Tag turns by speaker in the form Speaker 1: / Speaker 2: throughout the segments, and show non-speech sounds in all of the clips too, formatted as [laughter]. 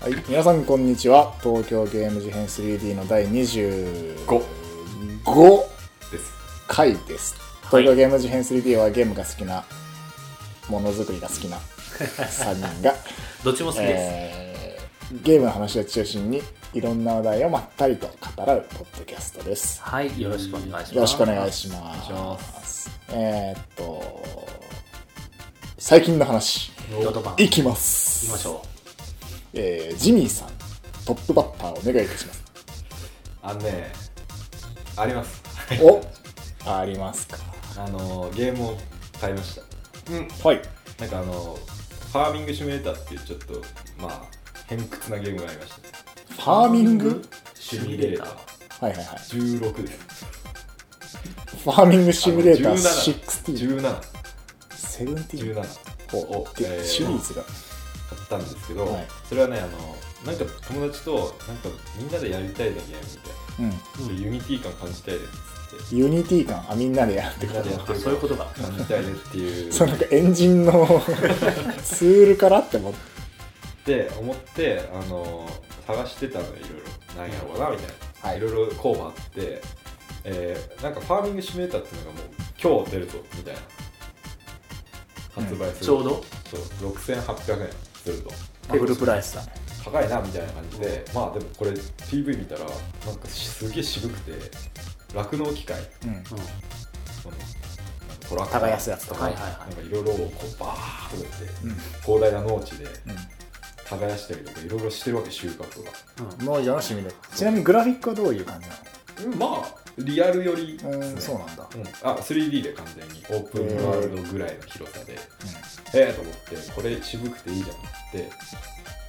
Speaker 1: はい、皆さんこんにちは東京ゲーム事変 3D の第25
Speaker 2: 5です
Speaker 1: 回です
Speaker 3: はい
Speaker 1: 東京ゲーム事変 3D はゲームが好きなものづくりが好
Speaker 3: [laughs]
Speaker 1: きな3人が、
Speaker 3: どっちも好きです。
Speaker 1: えーゲームの話を中心にいろんな話題をまったりと語らうポッドキャストです
Speaker 3: はい、よろしくお願いします。
Speaker 1: よろしくお願いします
Speaker 2: お願いし
Speaker 1: えーっと最近の話
Speaker 3: ドドバン。
Speaker 1: い
Speaker 3: 行
Speaker 1: きます
Speaker 3: きましょ
Speaker 1: えージミーさんトップバッターお願いいたします
Speaker 2: あのねあります
Speaker 1: おありますか
Speaker 2: あのゲームを買いました
Speaker 1: はい
Speaker 2: なんかあのファーミングシミュレーターっていうちょっとまあ偏屈なゲームがありました
Speaker 1: ファーミング
Speaker 3: う。シミュレーター。
Speaker 1: はいはいはい
Speaker 2: 16です
Speaker 1: ファーミングシミュレーター16
Speaker 2: 1717
Speaker 1: 17
Speaker 2: 17
Speaker 1: ほ
Speaker 2: を
Speaker 1: うで
Speaker 2: えー
Speaker 1: シリーズが
Speaker 2: 買ったんですけど、
Speaker 1: はい
Speaker 2: それはねあのなんか友達となんかみんなでやりたいだけやみたいな
Speaker 1: うん
Speaker 2: そうユニティ感感じたいですっつって
Speaker 1: ユニティ感あみんなでやるってこ
Speaker 2: みんなでや
Speaker 1: [laughs]
Speaker 2: って
Speaker 3: あ
Speaker 2: る
Speaker 3: そういうことか。
Speaker 2: 感じたいねってい
Speaker 1: と
Speaker 2: う
Speaker 1: [laughs] そうなんかエンジンのツールからって思って
Speaker 2: って思ってあの探してたのよいろいろ何やろうかなみたいな、
Speaker 1: はい
Speaker 2: い、ろいろ候補あって、えーなんかファーミングシミュレーターっていうのがもう今日出るぞみたいな発売する、
Speaker 3: ちょうど
Speaker 2: そう6800円すると
Speaker 3: ダブルプライスだ。
Speaker 2: 高いなみたいな感じで、まあでもこれ PV 見たらなんかすげえ渋くて酪農機械
Speaker 1: うん
Speaker 3: うん。
Speaker 2: そのトラクター
Speaker 1: 耕すやつとか
Speaker 3: はいはいは
Speaker 2: なんかいろいろこうバーッとやって
Speaker 1: うん
Speaker 2: 広大な農地で
Speaker 1: う
Speaker 2: 耕したりとかいろいろしてるわけ収穫が
Speaker 1: ん
Speaker 3: い。
Speaker 1: 農業のシミュレーターちなみにグラフィックはどういう感じ
Speaker 2: うんまあリアルより
Speaker 1: なの
Speaker 2: です
Speaker 1: うん
Speaker 2: ね
Speaker 1: そうなんだ
Speaker 2: うんあ 3D で完全にオープンワールドぐらいの広さで、
Speaker 1: う
Speaker 2: ええと思ってこれ渋くていいじゃんって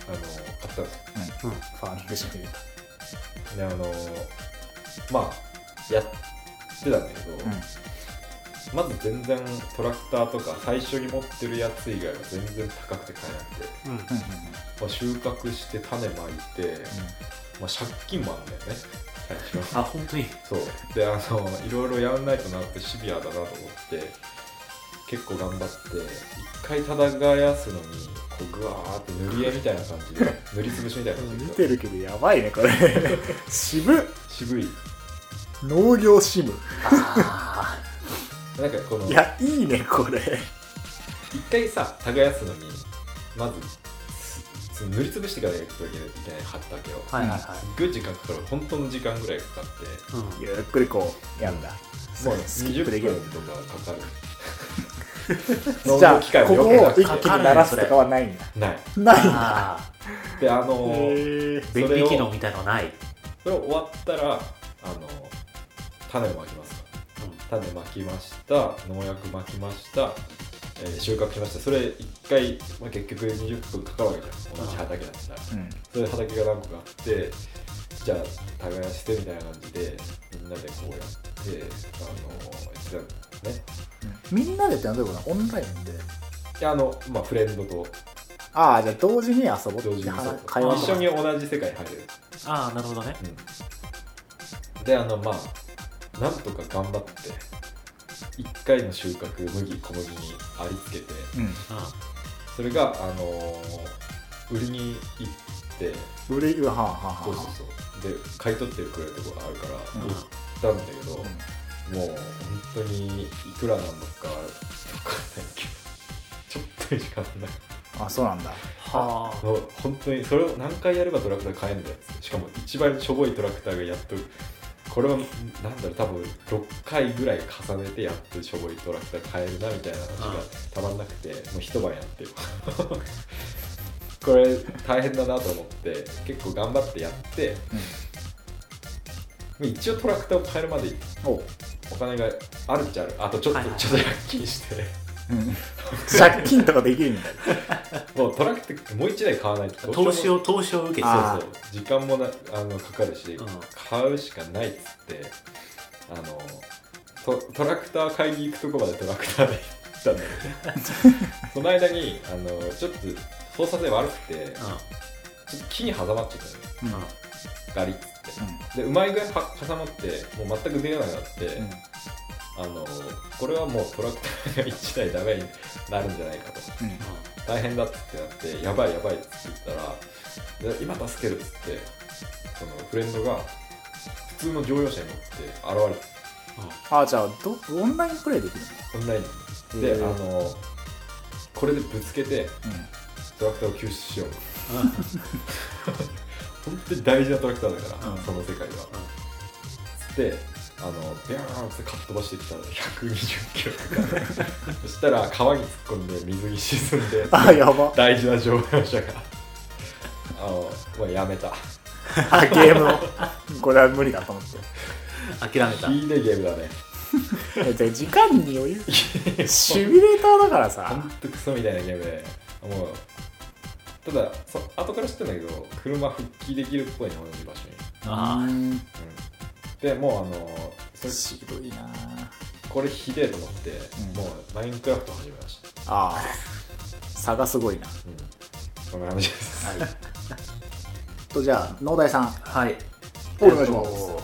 Speaker 2: あの買ったんですよ
Speaker 3: うん。うん。
Speaker 1: んファーミングシミュレータ
Speaker 2: であのまあやってたんだけど、
Speaker 1: ー
Speaker 2: まず全然トラクターとか最初に持ってるやつ以外は全然高くて買えなくて、
Speaker 3: うん。
Speaker 1: うん
Speaker 2: まあ、収穫して種まいて、まあ、借金もあるんだよね最初
Speaker 3: あ、本
Speaker 1: [laughs]
Speaker 3: 当に。
Speaker 2: そうであのいろいろやらないとなってシビアだなと思って結構頑張って一回耕すのにこうグワーって塗り絵みたいな感じで
Speaker 1: [laughs]
Speaker 2: 塗りつぶしみたいな
Speaker 1: うんう
Speaker 2: 感
Speaker 1: ん
Speaker 2: じ
Speaker 1: 見
Speaker 2: で
Speaker 1: てるけどやばいねこ [laughs] れ渋っ
Speaker 2: 渋い
Speaker 1: 農業シム
Speaker 3: あ
Speaker 2: なんかこの
Speaker 1: い
Speaker 2: 一
Speaker 1: やいいねこれ
Speaker 2: 回さ耕すのにまずすその塗りつぶしてからやるといけないいけないかったわけよ
Speaker 3: あ。はいはいは
Speaker 2: すっごい時間かかる本当の時間ぐらいかかって
Speaker 3: い。うん。
Speaker 1: ゆっくりこうやんだ
Speaker 2: もう
Speaker 1: スキップで
Speaker 2: 20
Speaker 1: きる
Speaker 2: 分とか
Speaker 1: [laughs]
Speaker 2: かかる
Speaker 1: じゃあ
Speaker 2: 農業機械
Speaker 1: こ
Speaker 2: も
Speaker 1: こ
Speaker 2: よく
Speaker 1: を
Speaker 2: な
Speaker 1: 一気
Speaker 2: く
Speaker 1: に鳴らすとかはないんだ
Speaker 2: ない
Speaker 1: ないんだ
Speaker 3: ああ。
Speaker 2: であの
Speaker 1: へ
Speaker 2: ー
Speaker 1: ー
Speaker 3: 便利機能みたいのない。うん。
Speaker 2: それ終わったらあの種をまきます種まきました農薬まきました、えー収穫しましたそれ1回、まあ、結局20分かかるわけじゃん同じ畑だったら
Speaker 1: うん
Speaker 2: それで畑が何個かあってじゃあ耕してみたいな感じでみんなでこうやってあのやってたのね
Speaker 1: みんなでってのはどういうことなのオンラインで
Speaker 2: であの、まあ、フレンドと
Speaker 1: ああじゃあ同時に遊ぼうって
Speaker 2: 同時に
Speaker 1: 話
Speaker 2: そう
Speaker 1: 会話
Speaker 2: 一緒に同じ世界に入れる
Speaker 3: ああ、なるほどね。
Speaker 2: うんであのまあなんとか頑張って1回の収穫麦小麦にありつけて
Speaker 3: う
Speaker 2: それがあのー売りに行って
Speaker 1: うん売れるはあはあ
Speaker 2: そうそう
Speaker 1: は
Speaker 2: そうで買い取ってくれるところがあるから
Speaker 1: うん
Speaker 2: 行ったんだけど、
Speaker 1: あ
Speaker 2: もう本当にいくらなのか分かんないけどちょっとしかな
Speaker 1: うんあそうなんだ
Speaker 3: はあ。
Speaker 2: いもう本当にそれを何回やればトラクター買えるんだよしかも一番しょぼいトラクターがやっとこれはなんだろう多分6回ぐらい重ねてやっとしょぼいトラクター買えるなみたいな話がたまんなくてもう一晩やって [laughs] るこれ大変だなと思って結構頑張ってやって一応トラクターを買えるまで
Speaker 1: おう
Speaker 2: お金があるっちゃあるあとちょっと、
Speaker 3: はいはい
Speaker 2: ちょっと借金して
Speaker 1: うん [laughs] 借金とかできるんだよ
Speaker 2: もうトラクターもう1台買わないとど
Speaker 3: 投
Speaker 2: うし
Speaker 3: 資
Speaker 2: よう
Speaker 3: を、投資を受けて。
Speaker 1: あ
Speaker 2: そうそう時間もなあのかかるし、
Speaker 3: うん
Speaker 2: 買うしかないっつってあのトトラクター買いに行くとこまでトラクターで行ったんだよねその間にあのちょっと操作性悪くてちょ
Speaker 3: う
Speaker 2: っと木に挟まっちゃった
Speaker 1: う
Speaker 2: のよ
Speaker 1: ん
Speaker 3: ん。
Speaker 1: う
Speaker 3: うんん。
Speaker 2: ガリッつってでうまい具合には挟まってもう全く出れなくなって、
Speaker 1: うん
Speaker 2: あのこれはもうトラクターが1台ダメになるんじゃないかと
Speaker 1: うん
Speaker 3: う
Speaker 2: 大変だっつってなってやばいやばいっつって言ったらで今助けるっつってそのフレンドが普通の乗用車に乗って現れて
Speaker 1: あじゃあどオンラインプレイできる
Speaker 2: オンラインで、
Speaker 1: へー
Speaker 2: あのこれでぶつけて
Speaker 1: の、
Speaker 2: トラクターを救出しよう本当に大事なトラクターだから、
Speaker 3: うん
Speaker 2: その世界では、つってあのビャーンってかっ飛ばしてきたら120キロとかそしたら川に突っ込んで水に沈んで
Speaker 1: あやば
Speaker 2: 大事な乗用車があの、まあ、やめた
Speaker 1: あゲームを [laughs] これは無理だと思って
Speaker 3: うん諦めた
Speaker 2: いいねゲームだね
Speaker 1: えじゃあ時間に余裕シミュレーターだから
Speaker 2: ほん
Speaker 1: さ
Speaker 2: とクソみたいなゲームでもうただそ後から知ったんだけど車復帰できるっぽいね同じ場所に、
Speaker 3: あ
Speaker 1: う
Speaker 3: ー
Speaker 1: ん
Speaker 2: うん、でもうあのそれ
Speaker 1: 白いな
Speaker 2: これひでえと思って、
Speaker 1: ん
Speaker 2: もうマインクラフト始めました、
Speaker 1: ああ差がすごいな
Speaker 2: うん、こんな話です
Speaker 1: とじゃあ農大さん
Speaker 3: はい
Speaker 1: お願いします
Speaker 3: えっと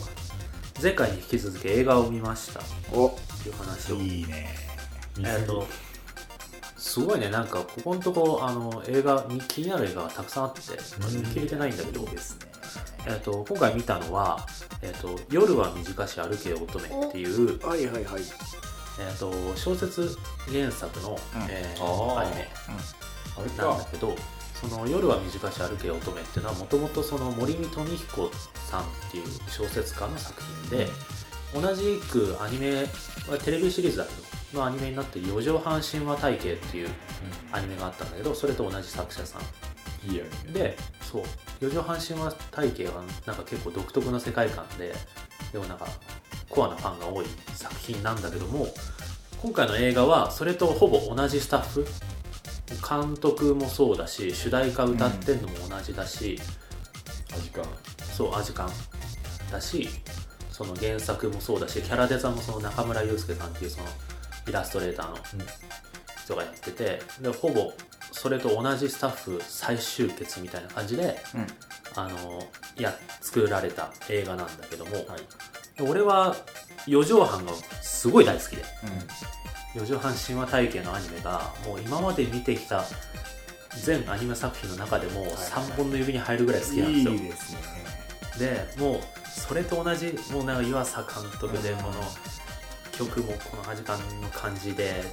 Speaker 3: 前回に引き続き映画を見ましたと
Speaker 1: お
Speaker 3: いう話を
Speaker 1: いね
Speaker 3: えっとすごいねなんかここのとこあの映画に気になる映画がたくさんあってまだ見切れてないんだけど、
Speaker 1: ですね
Speaker 3: えっと今回見たのは、えっと「夜は短し歩けよ乙女」っていう、
Speaker 1: はいはいはい
Speaker 3: えっと小説原作の、えー
Speaker 2: あー
Speaker 3: アニメ
Speaker 2: あれ
Speaker 3: なんだ
Speaker 2: か
Speaker 3: けどその「夜は短し歩けよ乙女」っていうのはもともとその森見富彦さんっていう小説家の作品で、同じくアニメはテレビシリーズだけどのアニメになってる「四畳半神話体系」っていうアニメがあったんだけどそれと同じ作者さん
Speaker 2: いいよね
Speaker 3: でそう四畳半神話体系はなんか結構独特な世界観ででもなんかコアなファンが多い作品なんだけども今回の映画はそれとほぼ同じスタッフ監督もそうだし主題歌歌ってんのも同じだし、
Speaker 2: 味か
Speaker 3: そうアジカンだしその原作もそうだしキャラデザもその中村祐介さんっていうそのイラストレーターの
Speaker 2: うん
Speaker 3: 人がやっててでほぼそれと同じスタッフ再集結みたいな感じで
Speaker 1: うん
Speaker 3: あのいや作られた映画なんだけども、で俺は四畳半がすごい大好きで四畳半神話体系のアニメがもう今まで見てきた全アニメ作品の中でも3本の指に入るぐらい好きなんですよ、
Speaker 1: いいですね
Speaker 3: でもうそれと同じもうなんか湯浅監督で
Speaker 1: うん
Speaker 3: この曲もこの8巻の感じで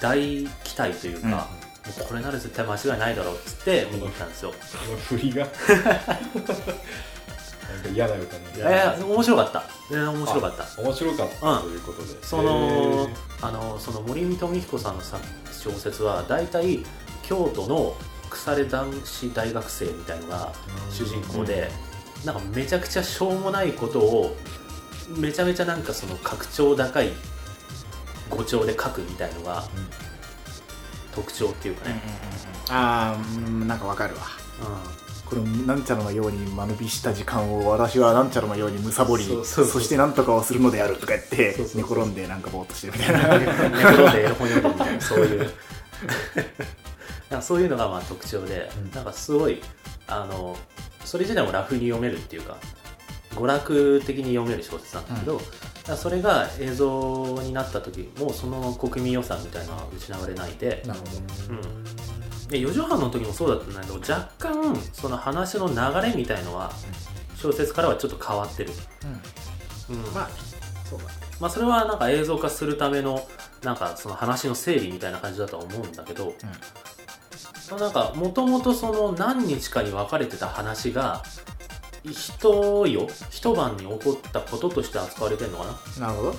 Speaker 3: 大期待というか、
Speaker 1: うん
Speaker 3: もうこれなら絶対間違いないだろうっつって見に行ったんですよ、
Speaker 2: あの振りが [laughs] なんか嫌な予感
Speaker 1: い
Speaker 2: ね
Speaker 1: や
Speaker 3: えー面白かった全然面白かった
Speaker 2: 面白かった
Speaker 3: うん
Speaker 2: ということで
Speaker 3: そのあのその森見富彦さんの作小説は大体京都の腐れ男子大学生みたいのが主人公で、なんかめちゃくちゃしょうもないことをめちゃめちゃなんかその格調高い語調で書くみたいのが
Speaker 2: うん
Speaker 3: 特徴っていうかね、
Speaker 1: ああなんかわかるわ
Speaker 3: う
Speaker 1: このなんちゃらのように間延びした時間を私はなんちゃらのように貪り
Speaker 3: そうそうそう
Speaker 1: してなんとかをするのであるとか言って
Speaker 3: そうそう
Speaker 1: 寝転んでなんかぼーっとしてるみたいな
Speaker 3: ん、寝転んでエロ本読んでみたいなそういう [laughs] なんかそういうのがまあ特徴で、
Speaker 2: うん
Speaker 3: なんかすごいあのそれ自体もラフに読めるっていうか娯楽的に読める小説なんだけど、だからそれが映像になった時もその国民予算みたいなのは失われないで、
Speaker 1: なるほ
Speaker 3: うんで4畳半の時もそうだったんだけど若干その話の流れみたいのは小説からはちょっと変わってる、うんま
Speaker 1: ま
Speaker 3: あ
Speaker 1: あそうだ
Speaker 3: それはなんか映像化するためのなんかその話の整理みたいな感じだとは思うんだけど、まあなんかもともとその何日かに分かれてた話が一夜一晩に起こったこととして扱われてるのかな、
Speaker 1: [laughs] なるほど
Speaker 3: うん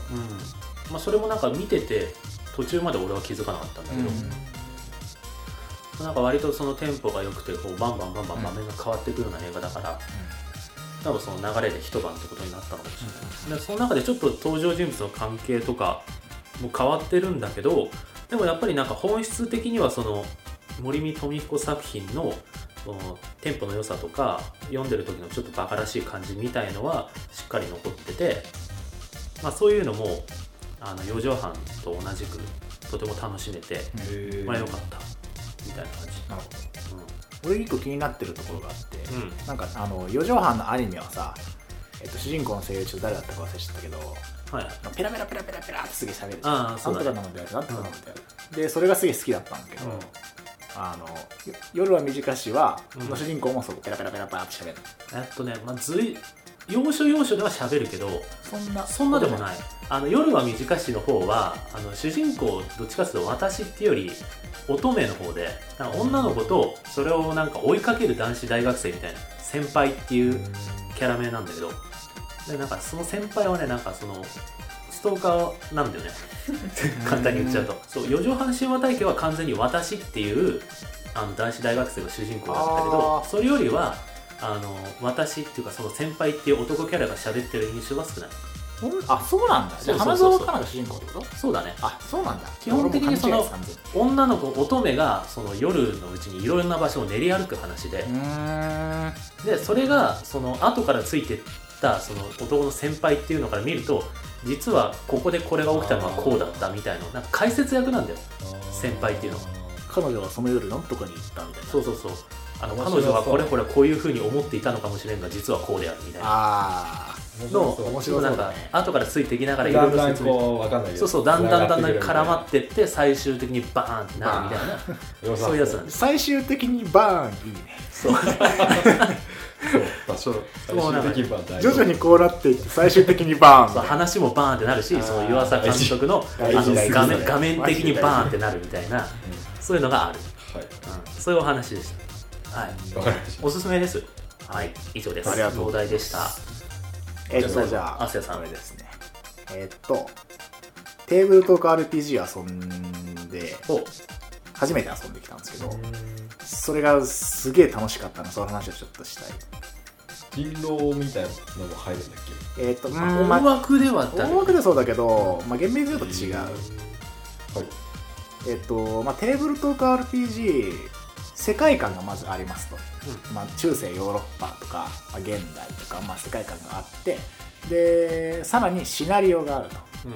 Speaker 3: まあ、それもなんか見てて途中まで俺は気づかなかったんだけど、なんか割とそのテンポが良くてこうバンバンバンバン場面が変わっていくような映画だから、多分その流れで一晩ってことになったのかもしれない、でその中でちょっと登場人物の関係とかも変わってるんだけどでもやっぱりなんか本質的にはその森見富彦作品のそのテンポの良さとか読んでる時のちょっとバカらしい感じみたいのはしっかり残ってて、まあ、そういうのもあの四畳半と同じくとても楽しめて、
Speaker 2: へー
Speaker 3: まあ良かったみたいな感じ。
Speaker 1: なるほど俺一個気になってるところがあって、
Speaker 3: うん
Speaker 1: なんかあの4畳半のアニメはさ、えっと、主人公の声優ちょっと誰だったか忘れちゃったけど
Speaker 3: はい。
Speaker 1: ペラペラペラペラペラってすげえ喋るじゃん
Speaker 3: ああ、
Speaker 1: な
Speaker 3: そ
Speaker 1: ん
Speaker 3: う
Speaker 1: とか
Speaker 3: だ
Speaker 1: な
Speaker 3: ね。
Speaker 1: のであるなんとかなのであるでそれがすげえ好きだったんだけど、
Speaker 3: うん
Speaker 1: あのよ夜は短しは、
Speaker 3: うん
Speaker 1: の主人公もそうペラペラペラペラって喋る
Speaker 3: えっとね、まあ、ずい要所要所では喋るけど
Speaker 1: そんな
Speaker 3: そんなでも
Speaker 1: い
Speaker 3: ないあの夜は短しの方はあの主人公どっちかというと私っていうより乙女の方でなんか女の子とそれをなんか追いかける男子大学生みたいな先輩っていうキャラ名なんだけどでなんかその先輩はねなんかそのストーカーなんだ
Speaker 1: [laughs]
Speaker 3: よね簡単に言っちゃうとそう四畳半神話体系は完全に私っていうあの男子大学生が主人公だったけ
Speaker 1: あ
Speaker 3: ど
Speaker 1: ー
Speaker 3: それよりはあの私っていうかその先輩っていう男キャラが喋ってる印象は少ない
Speaker 1: うんあそうなんだじゃあ
Speaker 3: そう
Speaker 1: 花
Speaker 3: そうそ
Speaker 1: 澤
Speaker 3: うそう
Speaker 1: 香菜が主人公ってこと
Speaker 3: そうだね
Speaker 1: あそうなんだ
Speaker 3: 基本的にその
Speaker 1: 俺も勘違いして
Speaker 3: 女の子乙女がその夜のうちにいろいろな場所を練り歩く話で
Speaker 1: たんだうーん
Speaker 3: でそれがその後からついてったその男の先輩っていうのから見ると実はここでこれが起きたのはこうだったみたいななんか解説役なんだよ先輩っていうの
Speaker 1: 彼女はその夜なんとかに行ったみたいな
Speaker 3: そうそうそうあの
Speaker 2: 面白
Speaker 3: 彼
Speaker 2: そう
Speaker 3: 女はこれこれこういうふうに思っていたのかもしれんが実はこうであるみたいな
Speaker 1: あ
Speaker 2: の
Speaker 1: あ面
Speaker 3: ちょっ
Speaker 1: 白
Speaker 3: と
Speaker 1: そ
Speaker 3: なん
Speaker 1: うだ
Speaker 3: か
Speaker 1: ね
Speaker 3: 後からついてきながらいろい
Speaker 2: だん
Speaker 3: ろ
Speaker 2: だん
Speaker 3: 説明
Speaker 2: こう分かんない
Speaker 3: そうそうだんだんだんだん絡まってって最終的にバーンってなるみたいな
Speaker 2: て
Speaker 3: そういうやつなんです
Speaker 1: 最終的にバーンいいね
Speaker 2: そう場所
Speaker 3: そうなのよ
Speaker 2: 最終的には大丈
Speaker 1: 徐
Speaker 2: 夫
Speaker 1: 々にこうなっていって最終的にバーン
Speaker 3: そう話もバーンってなるし
Speaker 2: あー
Speaker 3: その湯浅監督のあ
Speaker 1: 大事
Speaker 3: の
Speaker 1: 大事
Speaker 3: 画
Speaker 1: 大
Speaker 3: 面
Speaker 1: 事
Speaker 3: 画面的にバーンってなるみたいなそういうのがある、
Speaker 2: はい
Speaker 3: うん、そういうお話でしたはい
Speaker 2: わかりました
Speaker 3: おすすめですはい以上です
Speaker 1: ありがとう
Speaker 3: お題でした
Speaker 1: えっとじゃあ
Speaker 3: 亜生さん
Speaker 1: あれですねえっとテーブルトーク RPG 遊んで
Speaker 3: おう
Speaker 1: 初めて遊んできたんですけどそれがすげえ楽しかったのその話をちょっとしたい
Speaker 2: 人狼みたいなのも入るんだっ
Speaker 1: えっとうん
Speaker 3: 音
Speaker 1: まあ
Speaker 3: 楽ではだ
Speaker 1: 音楽でそうだけど、まあ、厳密に言うと違う、
Speaker 2: けはい
Speaker 1: えっとまあ、テーブルトーク RPG 世界観がまずありますと、まあ、中世ヨーロッパとか、まあ、現代とか、まあ、世界観があってでさらにシナリオがあると
Speaker 3: うん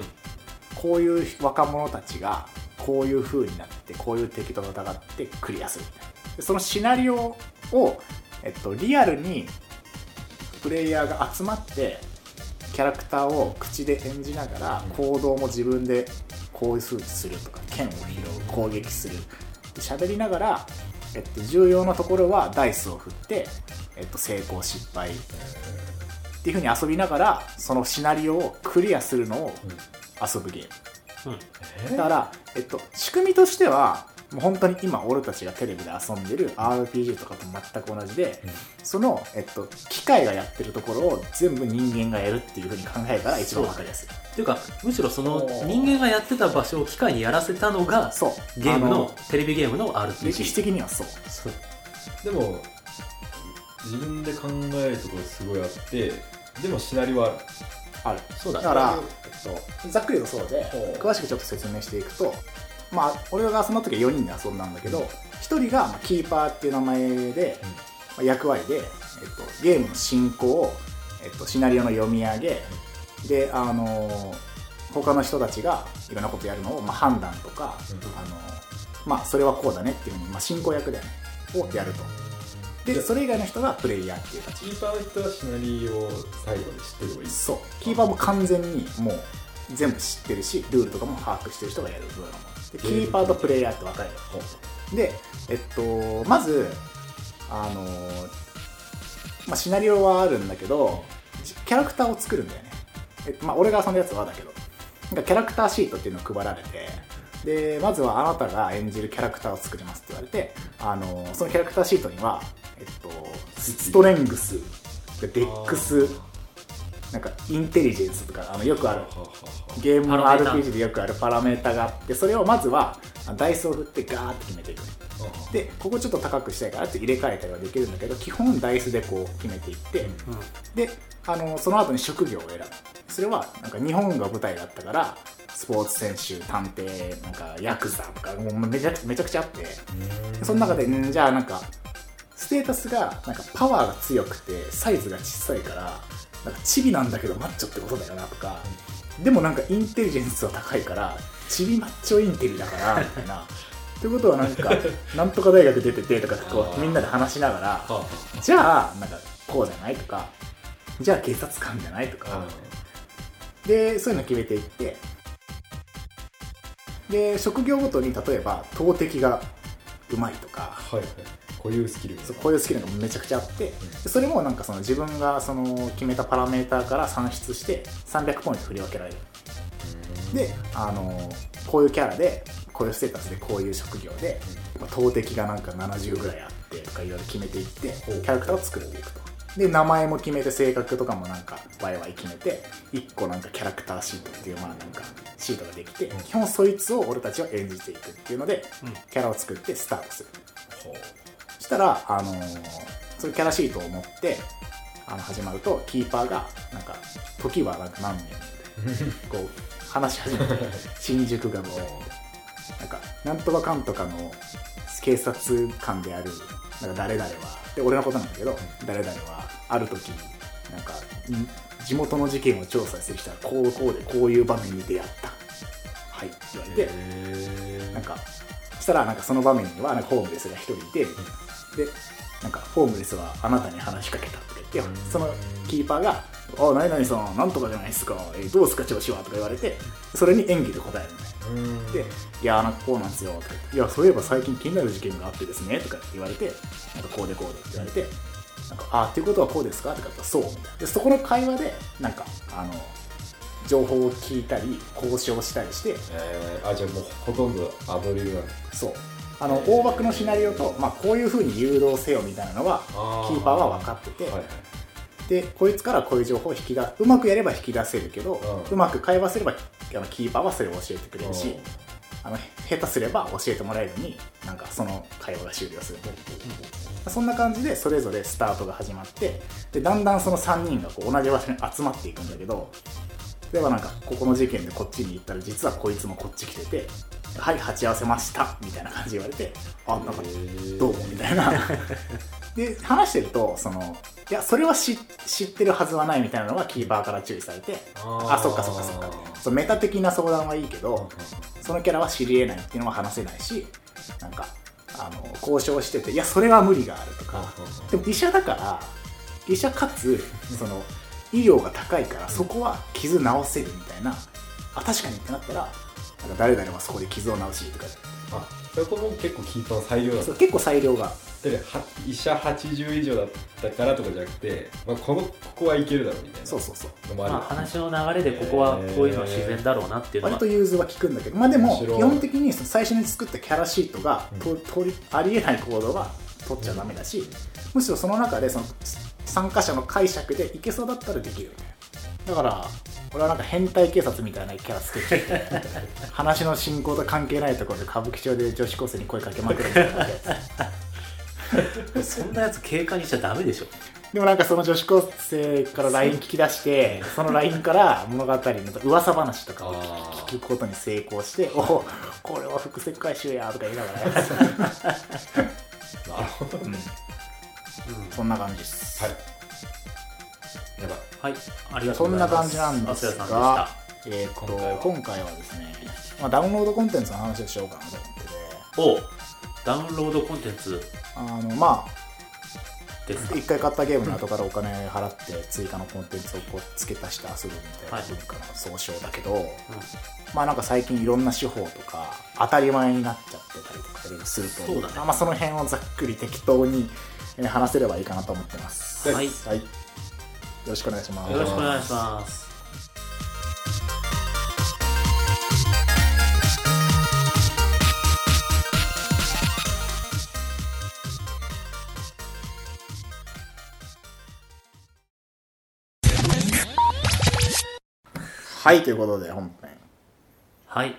Speaker 1: こういう若者たちがこういう風になってこういう敵と戦ってクリアするみたいなでそのシナリオを、えっと、リアルにプレイヤーが集まってキャラクターを口で演じながら
Speaker 2: うん
Speaker 1: 行動も自分でこういう風にするとか剣を拾う攻撃するで喋りながら、えっと、重要なところはダイスを振って、えっと、成功失敗っていう風に遊びながらそのシナリオをクリアするのを遊ぶゲーム。
Speaker 3: うん
Speaker 2: え
Speaker 1: だから、えっと、仕組みとしてはもう本当に今俺たちがテレビで遊んでる RPG とかと全く同じで、
Speaker 2: うん
Speaker 1: その、えっと、機械がやってるところを全部人間がやるっていうふうに考えたら一番わかりやすい
Speaker 3: っていうかむしろその
Speaker 1: おー
Speaker 3: 人間がやってた場所を機械にやらせたのが
Speaker 1: そう
Speaker 3: ゲーム
Speaker 1: あ
Speaker 3: のテレビゲームの RPG
Speaker 1: 歴史的にはそう
Speaker 3: そう
Speaker 2: でも自分で考えるところすごいあってでもシナリオはある
Speaker 1: ある
Speaker 3: そうだ
Speaker 1: だ
Speaker 3: ね
Speaker 1: から、えっと、ざっくりとそうで
Speaker 2: ほう
Speaker 1: 詳しくちょっと説明していくとまあ俺がその時は4人で遊んだんだけど1人がまあキーパーっていう名前で、
Speaker 2: うん
Speaker 1: まあ役割で、えっと、ゲームの進行を、えっと、シナリオの読み上げであのー他の人たちがいろんなことやるのを、まあ、判断とか、
Speaker 2: うん
Speaker 1: あのーまあ、それはこうだねっていうふうに、まあ、進行役だよねをやるとでそれ以外の人がプレイヤーっていう形
Speaker 2: キーパーの人はシナリオを最後に知ってればいい
Speaker 1: そうキーパーも完全にもう全部知ってるしルールとかも把握してる人がやるようなものでキーパーとプレイヤーって分かれるでえっとまずあのまあシナリオはあるんだけどじキャラクターを作るんだよね、えっとまあ、俺が遊んだやつはだけどなんかキャラクターシートっていうのを配られてでまずはあなたが演じるキャラクターを作りますって言われてあのそのキャラクターシートには、えっと、ストレングスでデックスなんかインテリジェンスとかあのよくあるゲームの
Speaker 3: パラメータ
Speaker 1: RPG でよくあるパラメータがあってそれをまずはダイスを振ってガーッて決めていく
Speaker 2: で
Speaker 1: でここちょっと高くしたいからって入れ替えたりはできるんだけど基本ダイスでこう決めていって、
Speaker 3: うん
Speaker 1: であのその後に職業を選ぶそれはなんか日本が舞台だったからスポーツ選手探偵なんかヤクザとかもうめちゃくめちゃくちゃあってでその中でんじゃあなんかステータスがなんかパワーが強くてサイズが小さいからなんかチビなんだけどマッチョってことだよなとかでもなんかインテリジェンスは高いからチビマッチョインテリだからみたいな。ということはなん
Speaker 2: [laughs]
Speaker 1: かなんとか大学出ててとかこ
Speaker 2: あ
Speaker 1: う
Speaker 2: ー
Speaker 1: みんなで話しながら
Speaker 2: は
Speaker 1: じゃあなんかこうじゃないとかじゃあ警察官じゃないと
Speaker 2: あはあ
Speaker 1: か、でそういうの決めていってで職業ごとに例えば投擲がうまいとか
Speaker 2: はいはい固有スキルみたい
Speaker 1: そう
Speaker 2: な
Speaker 1: こういうスキルがめちゃくちゃあってでそれもなんかその自分がその決めたパラメーターから算出して300ポイント振り分けられるであのこういうキャラでこういうステータスでこういう職業で、まあ投擲がなんか70ぐらいあってとかいろいろ決めていってキ
Speaker 2: ほう
Speaker 1: ャラクターを作っていくとで名前も決めて性格とかもなんかワイワイ決めて1個なんかキャラクターシートっていうまあなんかシートができて基本そいつを俺たちは演じていくっていうので
Speaker 3: うん
Speaker 1: キャラを作ってスタートする
Speaker 2: ほう
Speaker 1: そしたら、あのーそのキャラシートを持ってあの始まるとキーパーがなんか時はなんか何年みたいなこう話し始めて新宿がもうなんかなんとかかんとかの警察官であるなんか誰々はで俺のことなんだけど、誰々はある時なんかん地元の事件を調査してきたらこうこうでこういう場面に出会ったはいって言われて、
Speaker 2: へ
Speaker 1: なんかそしたらなんかその場面にはなんかホームレスが一人いてでなんかホームレスはあなたに話しかけたって言って
Speaker 2: うん
Speaker 1: そのキーパーが「あ何々さんなんとかじゃないですか、えーどうですか調子は」とか言われてそれに演技で答えるのね
Speaker 2: ーうん
Speaker 1: で「いやーなんかこうなんですよ」とか言って「いやそういえば最近気になる事件があってですね」とかって言われて「なんかこうでこうで」って言われて「なんかあーっていうことはこうですか?」とか言ったら「そう」みたいなでそこの会話でなんかあの情報を聞いたり交渉したりして
Speaker 2: えーあじゃあもうほとんどアドリブなんだ
Speaker 1: そうあの大枠のシナリオと、まあ、こういうふうに誘導せよみたいなのはキ
Speaker 2: あー
Speaker 1: ーパーは分かってて、
Speaker 2: はいはい
Speaker 1: でこいつからこういう情報を引き出うまくやれば引き出せるけど、
Speaker 2: う
Speaker 1: うんまく会話すればあのキーパーはそれを教えてくれるし、
Speaker 2: うん
Speaker 1: あの下手すれば教えてもらえるのになんかその会話が終了する、そんな感じでそれぞれスタートが始まってでだんだんその3人がこう同じ場所に集まっていくんだけど例えばなんかここの事件でこっちに行ったら実はこいつもこっち来てて「はい鉢合わせました」みたいな感じで言われて「あなんかどうも」みたいなで話してるとそのいやそれは知知ってるはずはないみたいなのはキーパーから注意されて
Speaker 2: あー
Speaker 1: あそっかそっかそっかそうメタ的な相談はいいけど、そのキャラは知り得ないっていうのは話せないしなんかあの交渉してていやそれは無理があるとかでも医者だから医者かつその医療が高いからそこは傷治せるみたいなあ確かにってなったらなんか誰々はそこで傷を治しとか
Speaker 2: あそこも結構キーパーの裁量だっ
Speaker 1: そ
Speaker 2: た
Speaker 1: う結構裁量が
Speaker 2: では医者80以上だったからとかじゃなくて、まあ、このここはいけるだろうみたいな
Speaker 1: そうそうそう
Speaker 2: のもある
Speaker 3: まあ、話の流れでここはこういうのは自然だろうなっていうの
Speaker 1: 割
Speaker 3: は
Speaker 1: と融通は効くんだけどまあでも
Speaker 2: 面
Speaker 1: 基
Speaker 2: 白い
Speaker 1: 本的にその最初に作ったキャラシートが、
Speaker 2: うん
Speaker 1: ととりありえない行動は取っちゃダメだし、むしろその中でその参加者の解釈でいけそうだったらできるよねだから俺はなんか変態警察みたいなキャラ作って
Speaker 3: [laughs]
Speaker 1: きて話の進行と関係ないところで歌舞伎町で女子高生に声かけまくるみたいなやつ
Speaker 3: そんなやつ警官にしちゃダメでしょ
Speaker 1: でもなんかその女子高生から LINE 聞き出してその LINE から物語の噂話とかを聞き
Speaker 2: あ
Speaker 1: 聞くことに成功して「おおこれは伏線回収や」とか言いながらやってた、
Speaker 2: ーなるほど、
Speaker 1: う
Speaker 2: は
Speaker 1: んそんな感じです、
Speaker 2: いやばい
Speaker 3: はいありがと
Speaker 1: そ
Speaker 3: うんござ
Speaker 1: ない
Speaker 3: ま
Speaker 1: 感
Speaker 3: す
Speaker 1: じなんです
Speaker 3: 松田さん
Speaker 1: がえーっと
Speaker 2: 今
Speaker 1: 今
Speaker 2: 回
Speaker 1: 回
Speaker 2: は
Speaker 1: はですね、まあ、ダウンロードコンテンツの話をしようかなと思ってて
Speaker 3: でしたおダウンロードコンテンツ
Speaker 1: あのまあ
Speaker 3: ですか
Speaker 1: 一回買ったゲームの後からお金払って追加のコンテンツをこう付け足して遊ぶみたいな
Speaker 3: はい
Speaker 1: 文化の総称だけど、まあなんか最近いろんな手法とか当たり前になっちゃってたりとかいろいろすると
Speaker 3: そうだね
Speaker 1: まあ、その辺をざっくり適当にえー話せればいいかなと思ってます
Speaker 3: うんはいよ
Speaker 1: はいよろしくお願いします
Speaker 3: ろしくお願いします
Speaker 1: はいということで本編
Speaker 3: はい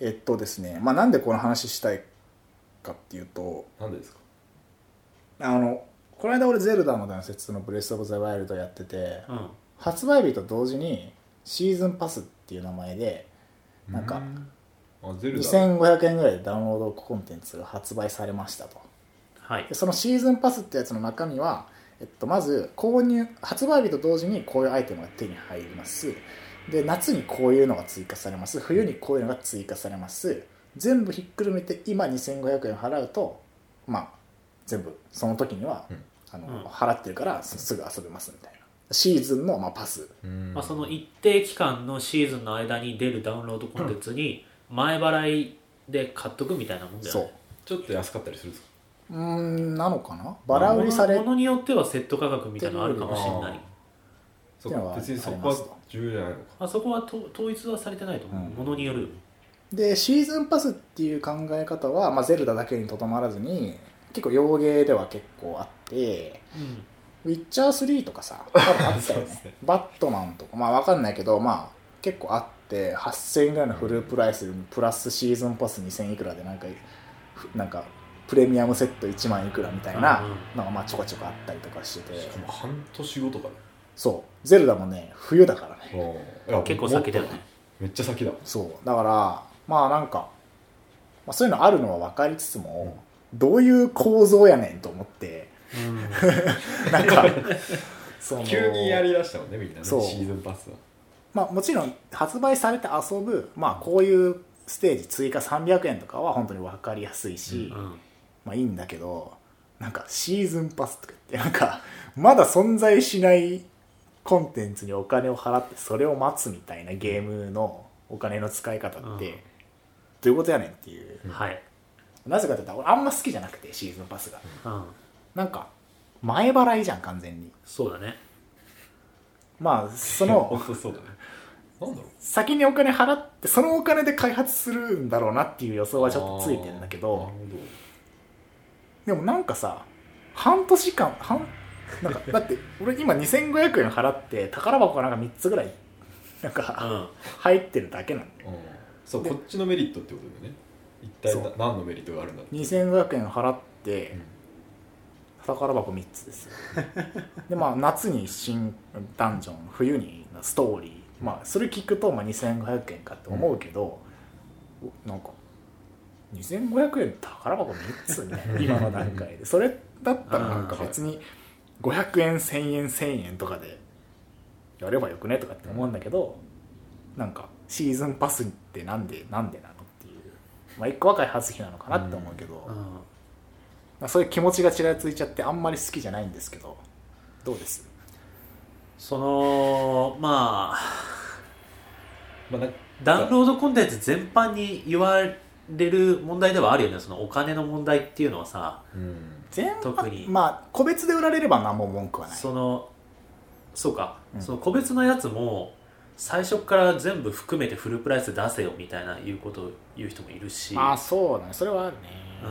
Speaker 1: えっとですねまあなんでこの話したいかっていうと
Speaker 2: なんでですか
Speaker 1: あのこの間俺「ゼルダの伝説」の「ブレス・オブ・ザ・ワイルド」やってて
Speaker 3: うん
Speaker 1: 発売日と同時にシーズンパスっていう名前でなんか
Speaker 2: あゼルダ
Speaker 1: 2500円ぐらいでダウンロードコンテンツが発売されましたと
Speaker 3: はい
Speaker 1: でそのシーズンパスってやつの中身は、えっと、まず購入発売日と同時にこういうアイテムが手に入りますで夏にこういうのが追加されます冬にこういうのが追加されます全部ひっくるめて今2500円払うとまあ全部その時には、
Speaker 2: うん
Speaker 1: あの
Speaker 3: うん
Speaker 1: 払ってるからすすぐ遊べますみたいなシーズンの、まあ、パス
Speaker 2: うん
Speaker 3: まあ、その一定期間のシーズンの間に出るダウンロードコンテンツに前払いで買っとくみたいなもんだよ
Speaker 1: そ
Speaker 3: ね
Speaker 1: う
Speaker 2: ちょっと安かったりするんですか
Speaker 1: うーんなのかなバラ売りされ
Speaker 3: ものによってはセット価格みたいなのあるかもしれない
Speaker 2: そ
Speaker 1: じゃ
Speaker 2: う
Speaker 1: あ
Speaker 2: 別にそこ
Speaker 1: あります
Speaker 2: は
Speaker 1: と
Speaker 2: 重要じゃないのか
Speaker 3: あそこはと統一はされてないと思う、
Speaker 1: うん
Speaker 3: ものによるよね
Speaker 1: でシーズンパスっていう考え方は、まあ、ゼルダだけにとどまらずに結構洋芸では結構あってウィッチャー3とかさ多分あったよ
Speaker 2: [laughs] そうですね
Speaker 1: ねバットマンとかまあわかんないけどまあ結構あって8000円ぐらいのフルプライスにプラスシーズンパス2000いくらでなんかふなんかプレミアムセット1万いくらみたいなのがまあちょこちょこあったりとかしてて
Speaker 2: しかも半年後とかね
Speaker 1: そうゼルダもね冬だからね
Speaker 2: いや
Speaker 3: 結構先だよね
Speaker 2: もっとめっちゃ先だ
Speaker 1: そうだからまあなんか、まあ、そういうのあるのは分かりつつも、どういう構造やねんと思ってなんかその
Speaker 2: 急にやりだしたもんねみんなねシ
Speaker 1: そう
Speaker 2: ーズンパスは
Speaker 1: まあもちろん発売されて遊ぶまあこういうステージ追加300円とかは本当に分かりやすいし、
Speaker 3: うんうん
Speaker 1: まあいいんだけどなんかシーズンパスとか言ってなんかまだ存在しないコンテンツにお金を払ってそれを待つみたいなゲームのお金の使い方って、
Speaker 3: うん
Speaker 1: どういうことやねんっていう
Speaker 3: はい、
Speaker 1: なぜかって言ったら俺あんま好きじゃなくてシーズンパスが
Speaker 3: うん、
Speaker 1: なんか前払いじゃん完全に
Speaker 3: そうだね
Speaker 1: まあそ
Speaker 2: 本
Speaker 3: [laughs]
Speaker 1: の
Speaker 2: 当そうだねなんだろう
Speaker 1: 先にお金払ってそのお金で開発するんだろうなっていう予想はちょっとついてるんだけ
Speaker 2: な
Speaker 1: ど
Speaker 2: るほ
Speaker 1: で
Speaker 2: ど
Speaker 1: もなんかさ半年間半なんかだって俺今2500円払って宝箱がなんか3つぐらいなん
Speaker 3: う
Speaker 1: か
Speaker 3: ん
Speaker 1: 入ってるだけなんだよ
Speaker 2: うんそう
Speaker 1: で
Speaker 2: こっちのメリットってことだよね一体
Speaker 1: そう
Speaker 2: な何のメリットがあるんだろう
Speaker 1: 2500円払って
Speaker 2: うん
Speaker 1: 宝箱3つ
Speaker 2: [laughs]
Speaker 1: ですよでまあ夏に新ダンジョン冬にストーリーまあそれ聞くとまあ2500円かって思うけど、おなんか2500円宝箱3つね今の段階でそれだったらなんか別に500円1000円1000円とかでやればよくねとかって思うんだけどなんかシーズンパスってなんでなんでなのっていうまあ1個は開発費なのかなって思うけど、
Speaker 3: うん
Speaker 1: まあ、そういう気持ちがちらついちゃってあんまり好きじゃないんですけどどうです
Speaker 3: そのまあ
Speaker 2: まあなんか
Speaker 3: ダウンロードコンテンツ全般に言われる問題ではあるよねそのお金の問題っていうのはさ
Speaker 2: うん
Speaker 1: 全般
Speaker 3: 特に
Speaker 1: まあ個別で売られれば何も文句はない
Speaker 3: そのそうか、
Speaker 1: うん
Speaker 3: その個別のやつも最初から全部含めてフルプライスで出せよみたいないうことを言う人もいるし、
Speaker 1: ああそうだねそれはあるね
Speaker 3: うん、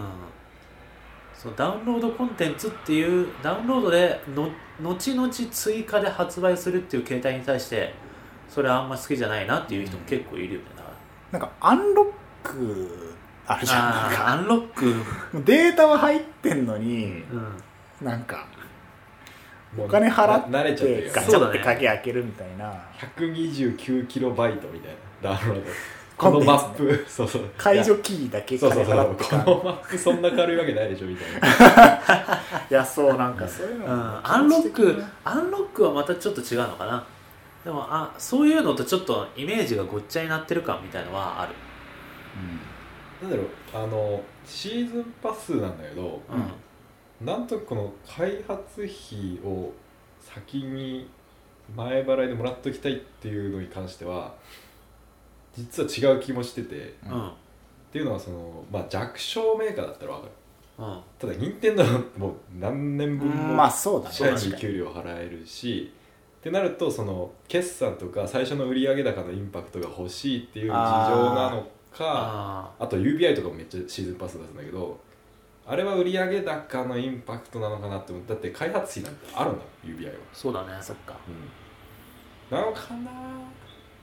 Speaker 3: そのダウンロードコンテンツっていうダウンロードでの後々追加で発売するっていう形態に対してそれはあんま好きじゃないなっていう人も結構いるよね、だから
Speaker 1: なんかアンロックあるじゃんなん
Speaker 3: あー
Speaker 1: か
Speaker 3: アンロック、
Speaker 1: データは入ってんのに
Speaker 3: うん、
Speaker 1: なんか
Speaker 2: もう
Speaker 1: お金払っ
Speaker 2: な慣れちゃって
Speaker 1: で
Speaker 2: るよ
Speaker 1: ガ
Speaker 2: ね
Speaker 1: チャって鍵開けるみたいな、
Speaker 2: 129キロバイトみたいなダウンロ
Speaker 1: [laughs]
Speaker 2: ード
Speaker 1: コ
Speaker 2: こ
Speaker 1: ンテン
Speaker 2: の
Speaker 1: ツね
Speaker 2: マップそうそう
Speaker 1: 解除キーだけ
Speaker 2: いやそう
Speaker 1: 金
Speaker 2: そうそ
Speaker 1: 払
Speaker 2: う
Speaker 1: って
Speaker 2: こ
Speaker 1: か
Speaker 2: のマップそんな軽いわけないでしょみたいな
Speaker 1: いやそうなんかそういうの
Speaker 3: う
Speaker 1: も
Speaker 3: んアンロック
Speaker 1: 気持ち的に
Speaker 3: アンロックはまたちょっと違うのかなでもあそういうのとちょっとイメージがごっちゃになってる感みたいのはある
Speaker 2: なんだろうあのシーズンパスなんだけど
Speaker 1: うん
Speaker 2: なんとこの開発費を先に前払いでもらっときたいっていうのに関しては実は違う気もしててっ
Speaker 1: う
Speaker 3: うんん
Speaker 2: ていうのはその、まあ、弱小メーカーだったらわかる
Speaker 3: うん
Speaker 2: ただ任天堂はもう何年分
Speaker 1: うん
Speaker 2: も
Speaker 1: まあそうだね
Speaker 2: 社員
Speaker 1: 確
Speaker 2: に
Speaker 1: かに
Speaker 2: 給料払えるしってなるとその決算とか最初の売上高のインパクトが欲しいっていう事情なのか
Speaker 3: あ
Speaker 2: あと UBI とかもめっちゃシーズンパス出すんだけどあれは売上高のインパクトなのかなって思ってだって開発費なんてあるんだ UBI は、
Speaker 3: ーそうだね
Speaker 1: そっか
Speaker 2: なのかな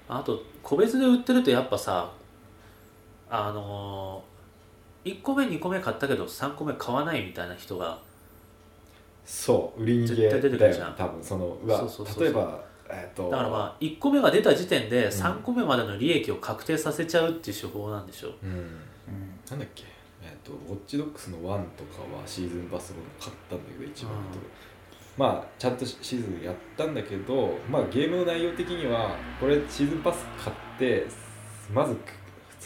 Speaker 3: あと個別で売ってるとやっぱさあのー、1個目2個目買ったけど3個目買わないみたいな人が
Speaker 2: そう売り逃
Speaker 3: 絶対出て
Speaker 2: げ
Speaker 3: くる
Speaker 2: だ
Speaker 3: じゃん
Speaker 2: よね多分そのうわ
Speaker 3: そうそうそうそう
Speaker 2: 例えばえっ、と
Speaker 3: だからまあ1個目が出た時点で
Speaker 2: ん
Speaker 3: 3個目までの利益を確定させちゃうっていう手法なんでしょ
Speaker 2: うん
Speaker 1: うん
Speaker 2: なんだっけえっ、とウォッチドックスの1とかはシーズンパスを買ったんだけど一番のところまあちゃんとシシーズンやったんだけどまあゲームの内容的にはこれシーズンパス買ってまず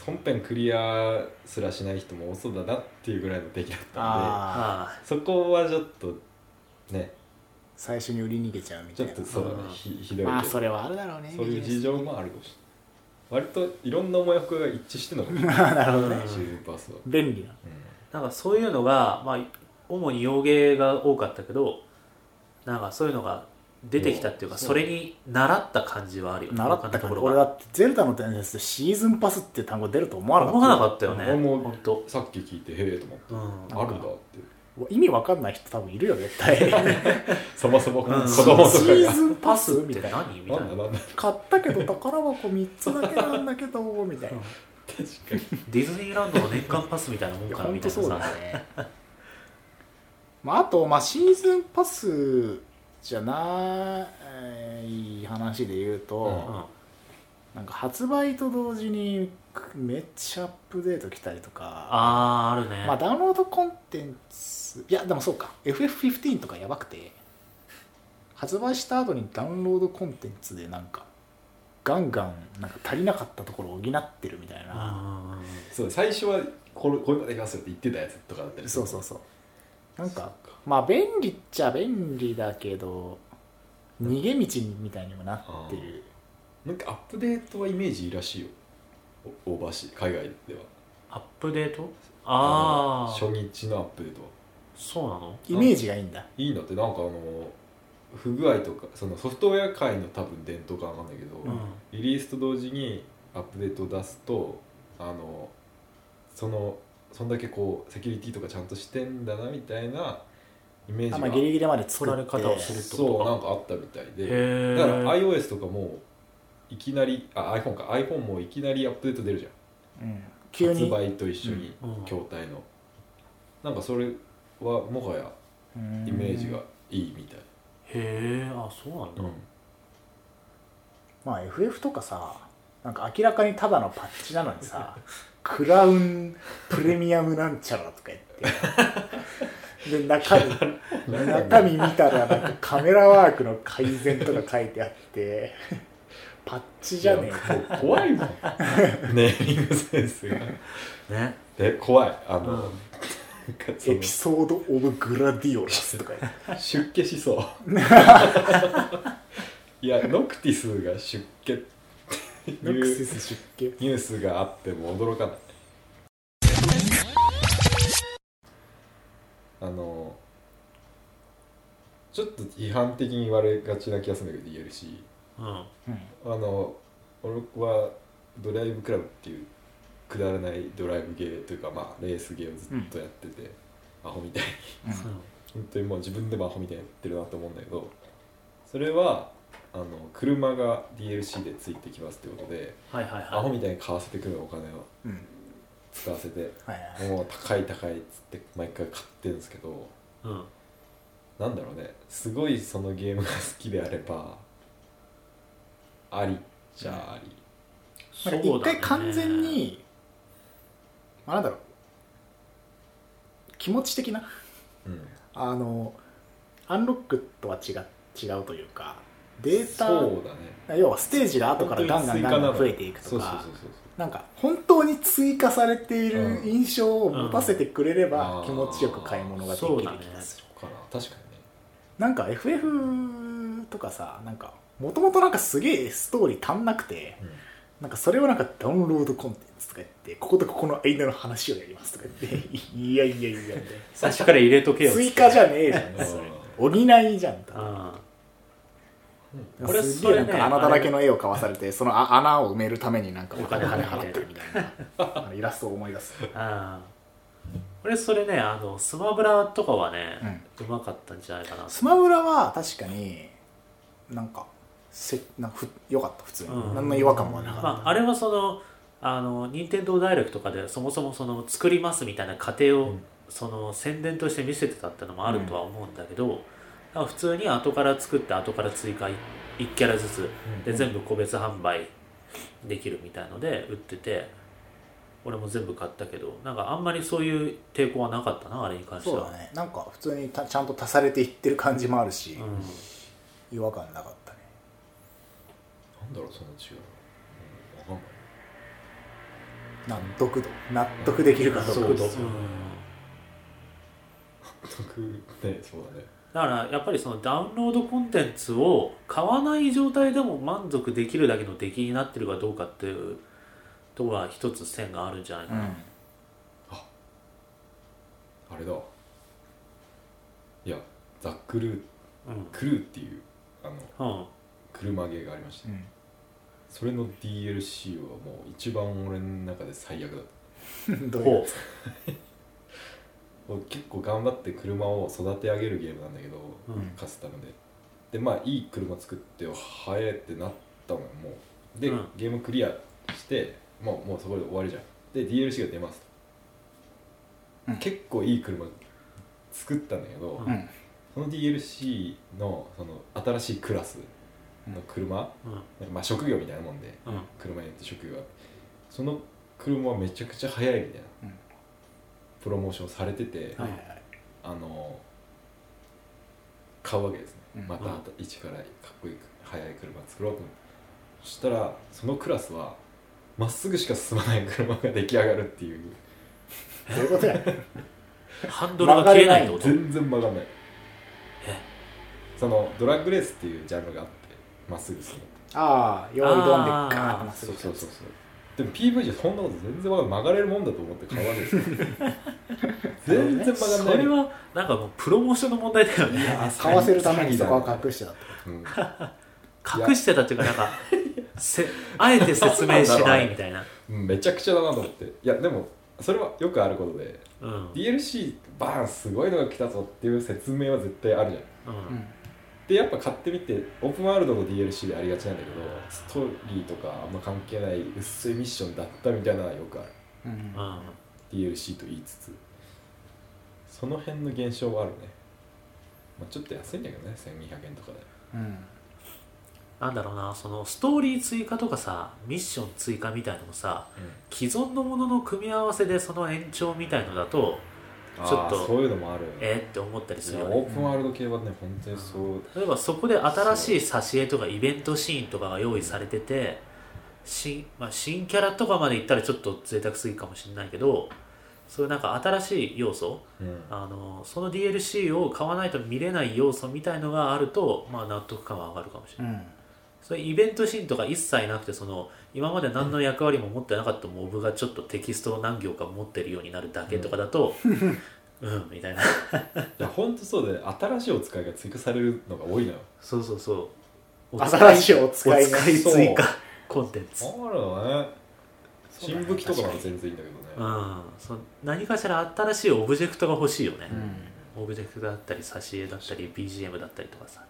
Speaker 2: 本編クリアすらしない人も多そうだなっていうぐらいの出来だったん
Speaker 1: ああ
Speaker 3: あ
Speaker 2: でそこはちょっとね
Speaker 1: 最初に売り逃げちゃうみ
Speaker 2: ち
Speaker 1: た
Speaker 2: ょ
Speaker 1: い
Speaker 2: っ
Speaker 1: な
Speaker 2: とそうだね
Speaker 3: うん
Speaker 2: ひひどいけど
Speaker 1: まあそれはあるだろうね
Speaker 2: そうい
Speaker 1: [laughs]
Speaker 2: う事情もあるかもしれない割といろんな思惑が一致してるのかもしれない
Speaker 1: なるほどね
Speaker 2: シーズンパスは、
Speaker 1: 便利な
Speaker 2: うん
Speaker 3: なんかそういうのが、まあ、主に洋芸が多かったけどなんかそういうのが出てきたっていうか
Speaker 2: そう
Speaker 3: それに習った感じはあるよね
Speaker 1: 習った
Speaker 3: と
Speaker 1: か
Speaker 3: こ
Speaker 1: ら
Speaker 3: ろ
Speaker 1: 俺だ
Speaker 3: が
Speaker 1: って「ゼルダの伝説」でシーズンパスっていう単語出ると思わなかった
Speaker 3: 思わなかったよね
Speaker 2: 俺も
Speaker 3: 本当
Speaker 2: さっき聞いてへえと思っ
Speaker 3: う
Speaker 2: て
Speaker 3: ん
Speaker 2: あるんだって
Speaker 1: 意味わかんない人多分いるよ絶対 [laughs] シ
Speaker 2: そもそも子
Speaker 3: うん
Speaker 2: 供とか
Speaker 1: ー
Speaker 2: が
Speaker 1: ズンパ
Speaker 3: パス
Speaker 1: ス
Speaker 3: っ
Speaker 1: み
Speaker 3: て
Speaker 1: たいな
Speaker 3: 何みたい
Speaker 2: なんだ
Speaker 3: な
Speaker 2: なんだ
Speaker 1: 買ったけど宝箱3つだけなんだけどみたいな
Speaker 2: 確かに
Speaker 3: ディズニーランドの年間パスみたいなもんかなみたいなさ
Speaker 1: いや本当まあ、あと、まあ、シーズンパスじゃない話で言うと、
Speaker 3: うん
Speaker 1: なんか発売と同時にめっちゃアップデート来たりとか
Speaker 3: あーあるね、
Speaker 1: まあ、ダウンロードコンテンツいやでもそうか FF15 とかやばくて発売した後にダウンロードコンテンツでなんかガンガンなんか足りなかったところを補ってるみたいな、
Speaker 3: うんうんうん
Speaker 2: そう最初はこれこれまでいきますよって言ってたやつとかだったり
Speaker 1: そうそう
Speaker 2: そ
Speaker 1: そうなんかまあ便利っちゃ便利だけど逃げ道みたいにもなってる
Speaker 2: うなんかアップデートはイメージいいらしいよおオーバーシー海外では
Speaker 3: アップデートああ
Speaker 2: の初日のアップデートは
Speaker 3: そうなの
Speaker 1: イメージがいいんだ
Speaker 2: いいのってなんかあの不具合とかそのソフトウェア界の多分伝統かわかんないけど、
Speaker 3: うん
Speaker 2: リリースと同時にアップデートを出すとあのそのそんだけこうセキュリティとかちゃんとしてんだなみたいなイメージ
Speaker 1: あ
Speaker 2: が、
Speaker 1: まあギリギリまで作って
Speaker 3: 取られ方をするってこと
Speaker 2: そう
Speaker 3: か
Speaker 2: なんかあったみたい
Speaker 3: へ
Speaker 2: でだ
Speaker 3: え
Speaker 2: から iOS とかもいきなりあ iPhone か iPhone もいきなりアップデート出るじゃん
Speaker 1: うん、急に
Speaker 2: 発売と一緒に
Speaker 3: うんうん
Speaker 2: 筐体の、なんかそれはもはやイメージ
Speaker 1: う
Speaker 2: が
Speaker 1: ん
Speaker 2: いいみたい、
Speaker 3: へえあそうなんだ、
Speaker 2: うん
Speaker 1: まあ FF とかさなんか明らかにただのパッチなのにさクラウンプレミアムなんちゃらとか言ってで中身
Speaker 2: [laughs] なん
Speaker 1: 中
Speaker 2: か
Speaker 1: 身見たらなんかカメラワークの改善とか書いてあってパッチじゃねえか
Speaker 2: いやこ怖い
Speaker 1: [laughs]
Speaker 2: もんネーミングセンスが
Speaker 3: ね
Speaker 2: で怖いあの、
Speaker 3: うん
Speaker 2: なんかそ
Speaker 1: エ
Speaker 2: の
Speaker 1: ピソード・オブ・グラディオラスとか言って
Speaker 2: 出家しそう
Speaker 1: [laughs]
Speaker 2: いやノクティスが出家って
Speaker 1: ノク
Speaker 2: い
Speaker 1: シ
Speaker 2: う
Speaker 1: ス出家
Speaker 2: ニュースがあっても驚かないあのちょっと批判的に言われがちな気がするんだけど言えるし
Speaker 3: うん
Speaker 1: うん
Speaker 2: あの俺はドライブクラブっていうくだらないドライブゲーというかまあレースゲーをずっとやってて、アホみたいに本当にもう自分でもアホみたいにやってるなと思うんだけどそれはあの車が DLC でついてきますってことで
Speaker 3: はいはい
Speaker 2: アホ
Speaker 3: はい
Speaker 2: みたいに買わせてくるお金を
Speaker 1: うん
Speaker 2: 使わせて
Speaker 1: はいはい
Speaker 2: もう高い高いっつって毎回買ってるんですけど
Speaker 3: うん
Speaker 2: なんだろうねすごいそのゲームが好きであればありじゃああり、
Speaker 1: なんか
Speaker 3: そう
Speaker 1: 一
Speaker 3: だね
Speaker 1: 回完全に、まあ、なんだろう気持ち的な
Speaker 2: うん、
Speaker 1: あのアンロックとは違違うというかデー
Speaker 2: そうだね
Speaker 1: タ要はステージが後からガンガンガンガン増えていく
Speaker 2: そ
Speaker 1: と
Speaker 2: うそうそう
Speaker 1: か
Speaker 2: そう
Speaker 1: なんか本当に追加されている
Speaker 2: うん
Speaker 1: 印象を持たせてくれれば
Speaker 2: うん
Speaker 1: 気持ちよく買い物ができる気がする、
Speaker 2: そうかな確かにね
Speaker 1: なんか FF とかさなんかもともとなんかすげえストーリー足んなくてなんかそれをなんかダウンロードコンテンツとか言ってこことここの間の話をやりますとか言っていやいやいやみたい
Speaker 3: 最初から入れとけ
Speaker 1: な
Speaker 3: よ
Speaker 1: 追加じゃねえじゃん
Speaker 2: うん
Speaker 1: それ補いじゃんと
Speaker 3: うん
Speaker 1: こ
Speaker 3: こ
Speaker 1: れ
Speaker 3: れ
Speaker 1: すげえなん
Speaker 3: それね
Speaker 1: か穴だらけの絵を買わされてそのあ穴を埋めるためになんかお金
Speaker 3: お [laughs] 金
Speaker 1: 払ってるみたいなあのイラストを思い出す、
Speaker 3: あー俺それねあのスマブラとかは
Speaker 1: う
Speaker 3: ね、
Speaker 1: ん、
Speaker 3: うまかったんじゃないかな
Speaker 1: スマブラは確かになんかせなんかふよかった普通に、
Speaker 3: うん
Speaker 1: 何の違和感もなかった、
Speaker 3: まあ、あれはそのあの任天堂ダイレクトとかでそもそもその作りますみたいな過程を、
Speaker 2: うん
Speaker 3: その宣伝として見せてたってのもあるとは思うんだけど、だから普通に後から作って後から追加1キャラずつで全部個別販売できるみたいので売ってて俺も全部買ったけどなんかあんまりそういう抵抗はなかったなあれに関して
Speaker 1: そう
Speaker 3: は
Speaker 1: だねなんか普通にたちゃんと足されていってる感じもあるし、
Speaker 3: うん
Speaker 1: 違和感なかったね
Speaker 2: なんだろうその違う、うん、わかんない
Speaker 1: 納得度納得できるかどうか
Speaker 2: そうそう
Speaker 3: うん
Speaker 2: 得ねそうだね
Speaker 3: だからやっぱりそのダウンロードコンテンツを買わない状態でも満足できるだけの出来になってるかどうかっていうところは一つ線があるんじゃないか
Speaker 1: う
Speaker 3: な、
Speaker 1: ん
Speaker 2: れだいやザックルー
Speaker 3: うん
Speaker 2: クルーっていうあの
Speaker 3: うん
Speaker 2: 車芸がありまして
Speaker 1: うん
Speaker 2: それの DLC はもう一番俺の中で最悪だっ
Speaker 1: どういう
Speaker 3: ほ
Speaker 2: た俺結構頑張って車を育て上げるゲームなんだけど、
Speaker 3: うん
Speaker 2: カスタムででまあいい車作ってよ早えってなったのよもうで、
Speaker 3: うん
Speaker 2: ゲームクリアしてもうもうそこで終わりじゃんで DLC が出ますと、
Speaker 1: うん
Speaker 2: 結構いい車作ったんだけど、
Speaker 3: うん
Speaker 1: うん
Speaker 2: その DLC のその新しいクラスの車、
Speaker 3: ううん
Speaker 2: まあ職業みたいなもんで、
Speaker 3: うん
Speaker 2: 車によって職業があってその車はめちゃくちゃ速いみたいな、
Speaker 1: うん
Speaker 2: プロモーションされてて、
Speaker 1: はいはいはい
Speaker 2: あの買うわけですね、
Speaker 1: うん
Speaker 2: また
Speaker 3: うん
Speaker 2: 一からかっこいい速い車作ろうと思ってそしたらそのクラスはまっすぐしか進まない車が出来上がるっていう
Speaker 1: どういうことや
Speaker 3: ハンドルが切れないってこと
Speaker 2: 全然曲がんない
Speaker 3: え
Speaker 2: そのドラッグレースっていうジャンルがあってまっすぐ進む
Speaker 1: ああ用意どんで
Speaker 3: あ
Speaker 1: ガ
Speaker 3: ー
Speaker 1: ーッとまっすぐ
Speaker 2: そうそうそうでも PV じゃそんなこと全然わかんない曲がれるもんだと思って買うわけですよ全然曲がん
Speaker 3: そ
Speaker 2: ない
Speaker 3: れはなんかもうプロモーションの問題だよね
Speaker 1: 買わせるためにそこは隠してたって
Speaker 2: うん
Speaker 3: 隠してたっていうかなんかせあえて説明しないみたいな
Speaker 2: うんめちゃくちゃだなと思っていやでもそれはよくあることで
Speaker 3: うん
Speaker 2: DLC バーンすごいのが来たぞっていう説明は絶対あるじゃん
Speaker 3: う
Speaker 1: うんん
Speaker 2: でやっぱ買ってみてオープンワールドの DLC でありがちなんだけどストーリーとかあんま関係ない薄いミッションだったみたいなのはよくある
Speaker 1: うん
Speaker 3: うん
Speaker 2: DLC と言いつつその辺の現象はあるね、まあ、ちょっと安いんだけどね1200円とかで
Speaker 1: うん
Speaker 3: なんだろうなそのストーリー追加とかさミッション追加みたいのもさ既存のものの組み合わせでその延長みたいのだと
Speaker 2: あー
Speaker 3: ちょっと
Speaker 2: そういうのもある
Speaker 3: えーって思ったりす
Speaker 2: い
Speaker 3: る
Speaker 2: や
Speaker 3: よ
Speaker 2: オ
Speaker 3: ね
Speaker 2: ープンワールド系はね本当にそう、
Speaker 3: 例えばそこで新しい挿絵とかイベントシーンとかが用意されてて新,、まあ、新キャラとかまでいったらちょっと贅沢すぎるかもしれないけどそういうなんか新しい要素
Speaker 2: うん
Speaker 3: あのその DLC を買わないと見れない要素みたいのがあると、まあ、納得感は上がるかもしれない、
Speaker 1: うん
Speaker 3: そういうイベントシーンとか一切なくてその今まで何の役割も持ってなかったモブがちょっとテキストを何行か持ってるようになるだけとかだとうんみたいな
Speaker 2: いや本当そうで新しいお使いが追加されるのが多いのよ
Speaker 3: そうそうそう
Speaker 1: 新しいお使い
Speaker 3: お使い追加コンテンツ
Speaker 2: あるよね新武器とかは全然いいんだけ
Speaker 3: う
Speaker 2: どね
Speaker 3: ん、そ何かしら新しいオブジェクトが欲しいよね
Speaker 1: う、ん
Speaker 3: オブジェクトだったり挿絵だったり BGM だったりとかさ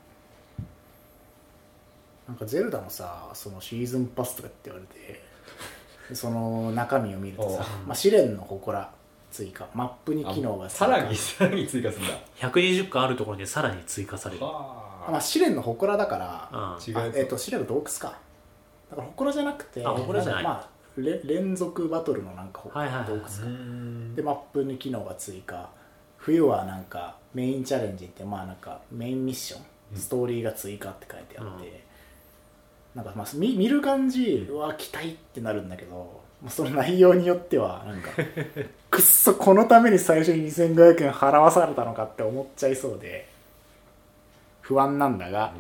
Speaker 1: なんかゼルダもさそのシーズンパスとかって言われて
Speaker 3: [laughs]
Speaker 1: その中身を見るとさ
Speaker 3: おう
Speaker 1: まあ、試練の祠追加マップに機能が
Speaker 2: あ
Speaker 1: 追加
Speaker 2: さらにさらに追加するんだ
Speaker 3: 120巻あるところにさらに追加される、
Speaker 1: まあ、
Speaker 2: は
Speaker 1: 試練の祠だから
Speaker 3: あ
Speaker 2: 違う
Speaker 1: あ
Speaker 2: やつ
Speaker 1: えっ、と試練の洞窟かだから祠じゃなくて
Speaker 3: あ祠じゃない
Speaker 1: まあ、れ連続バトルのなんか、
Speaker 3: はいはいはい
Speaker 1: 洞窟
Speaker 2: うーん
Speaker 1: でマップに機能が追加冬はなんかメインチャレンジってまあなんかメインミッション、
Speaker 2: うん
Speaker 1: ストーリーが追加って書いてあって、
Speaker 3: うん
Speaker 1: なんかまあ見見る感じは期待ってなるんだけど、まあその内容によってはなんかくっそこのために最初に2500円払わされたのかって思っちゃいそうで不安なんだが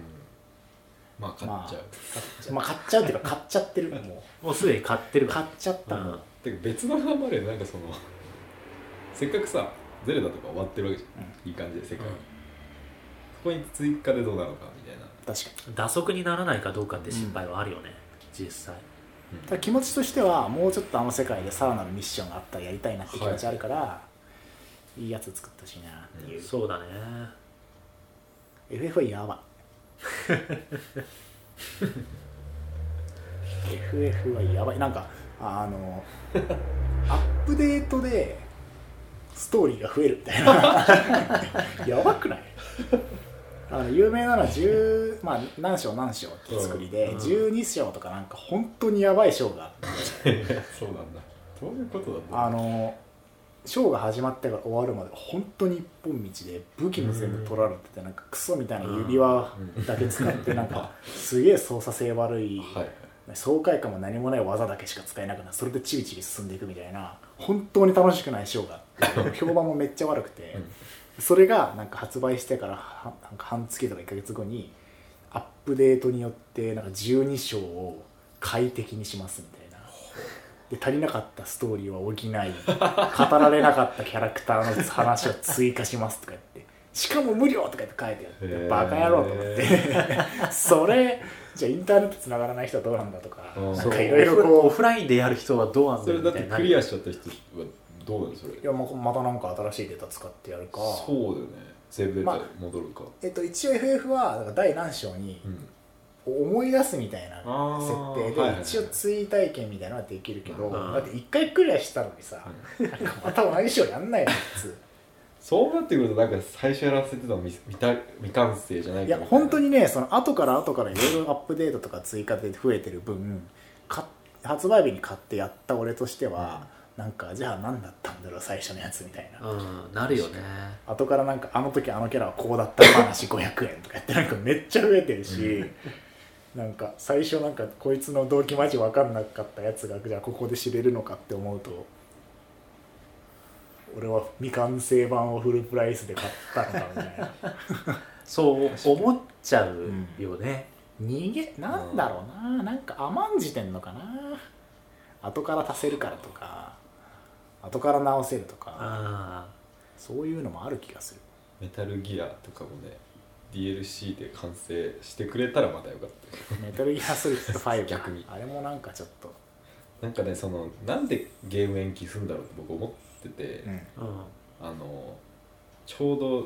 Speaker 2: う、んまあ買っちゃう、
Speaker 1: まあ買っちゃうっていうか買っちゃってるも
Speaker 3: もうすでに買って
Speaker 1: う
Speaker 3: る
Speaker 1: 買っ
Speaker 3: か
Speaker 1: ちゃった
Speaker 3: ら、
Speaker 1: もん、
Speaker 3: うん
Speaker 2: てか別の名前でなんかそのせっかくさゼルダとか終わってるわけじゃん、いい感じで世界、
Speaker 3: うん
Speaker 2: そこに追加でどうなのかみたいな
Speaker 1: 確かに
Speaker 3: 打足にならないかどうかって心配はあるよね、実際
Speaker 1: ただ気持ちとしてはもうちょっとあの世界でさらなるミッションがあったらやりたいなって気持ちあるから、い、いやつ作ってほしいなっていう、
Speaker 3: そうだね
Speaker 1: FF はやば FF はやばいなんかあのアップデートでストーリーが増えるみたいな
Speaker 3: [laughs]
Speaker 1: やばくないあの有名なのは10、まあ、何章何章って作りで、
Speaker 3: うん
Speaker 1: 12章とかなんか本当にやばい章があって
Speaker 2: そうなんだどういうことなんだ
Speaker 1: あのショーが始まってから終わるまで本当に一本道で武器も全部取られててなんかクソみたいな指輪だけ使ってなんかすげえ操作性悪い
Speaker 2: はいはい
Speaker 1: 爽快感も何もない技だけしか使えなくなってそれでチビチビ進んでいくみたいな本当に楽しくないショーがあ
Speaker 2: [laughs]
Speaker 1: って評判もめっちゃ悪くて
Speaker 2: うん
Speaker 1: それがなんか発売してからはなんか半月とか1ヶ月後にアップデートによってなんか12章を快適にしますみたいなで足りなかったストーリーは補い語られなかったキャラクターの話を追加しますとか言ってしかも無料とか言って書いてあっ
Speaker 2: へ
Speaker 1: て
Speaker 2: ー
Speaker 1: バカ野郎と思って [laughs] それじゃあインターネット繋がらない人はどうなんだとか
Speaker 2: うん
Speaker 1: なん
Speaker 3: そう
Speaker 1: かいろいろこ
Speaker 3: オ
Speaker 1: う
Speaker 3: フラインでやる人はどうなん
Speaker 2: そ
Speaker 3: だろ
Speaker 2: れ
Speaker 3: う
Speaker 2: だっ
Speaker 3: み
Speaker 2: て
Speaker 3: たいな
Speaker 2: クリアしちゃった人はどうなのそれ
Speaker 1: いやままたなんか新しいデータ使ってやるか
Speaker 2: そうだよねセーブデー
Speaker 1: まあ
Speaker 2: タ戻るか、
Speaker 1: えっと、一応 FF はなんか第何章に
Speaker 2: うん
Speaker 1: 思い出すみたいな
Speaker 2: あ
Speaker 1: 設
Speaker 2: ー
Speaker 1: 定
Speaker 2: はいはいは
Speaker 1: で
Speaker 2: い
Speaker 1: 一応追体験みたいなのはできるけど
Speaker 2: うん
Speaker 1: だって一回クリアしたのにさなんかまた同じ章やんないの普
Speaker 2: [laughs]
Speaker 1: 通
Speaker 2: そうなってくるとなんか最初やらせてたの見見た未完成じゃない
Speaker 1: い
Speaker 2: か
Speaker 1: や
Speaker 2: みた
Speaker 1: 本当にねその後から後からいろいろアップデートとか追加で増えてる分か発売日に買ってやった俺としてはなんかじゃあ何だったんだろう最初のやつみたいな
Speaker 3: うんなるよね
Speaker 1: 後からなんかあの時あのキャラはこうだった話500円とかやってなんかめっちゃ増えてるし、なんか最初なんかこいつの動機マジ分かんなかったやつがじゃあここで知れるのかって思うと俺は未完成版をフルプライスで買ったのかみたいな
Speaker 3: そう思っちゃうよね、
Speaker 1: 逃げ [laughs] なんだろうななんか甘んじてんのかな後から足せるからとか後から直せるとか
Speaker 3: あ
Speaker 1: そういうのもある気がする
Speaker 2: メタルギアとかもね DLC で完成してくれたらまたよかった
Speaker 1: メタルギアソリッド5
Speaker 2: 逆に
Speaker 1: あれもなんかちょっと
Speaker 2: なんかねそのなんでゲーム延期するんだろうって僕思ってて、
Speaker 1: うん
Speaker 3: あうん
Speaker 2: あのちょうど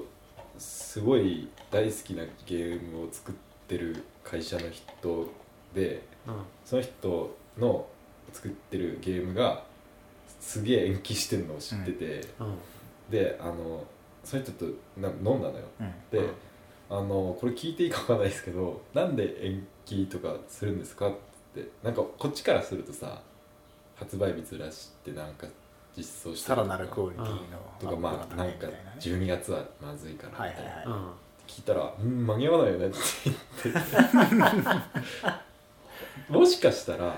Speaker 2: すごい大好きなゲームを作ってる会社の人で
Speaker 3: うん
Speaker 2: その人の作ってるゲームがすげえ延期してるのを知ってて、
Speaker 3: うん
Speaker 2: であのその人とな飲んだのよ
Speaker 1: うん
Speaker 2: で、
Speaker 3: うん
Speaker 2: あのこれ聞いていいかわかんないですけどなんで延期とかするんですかってなんかこっちからするとさ発売日ずらしてなんか実装して
Speaker 1: さらなるクオリティの
Speaker 2: とかまあなんか
Speaker 1: ね
Speaker 2: 12月はまずいからみた
Speaker 1: はい
Speaker 2: い
Speaker 1: は
Speaker 2: ない
Speaker 1: はい、
Speaker 3: うん
Speaker 2: 聞いたら「うん間に合わないよね」って言って
Speaker 1: [laughs]
Speaker 2: もしかしたら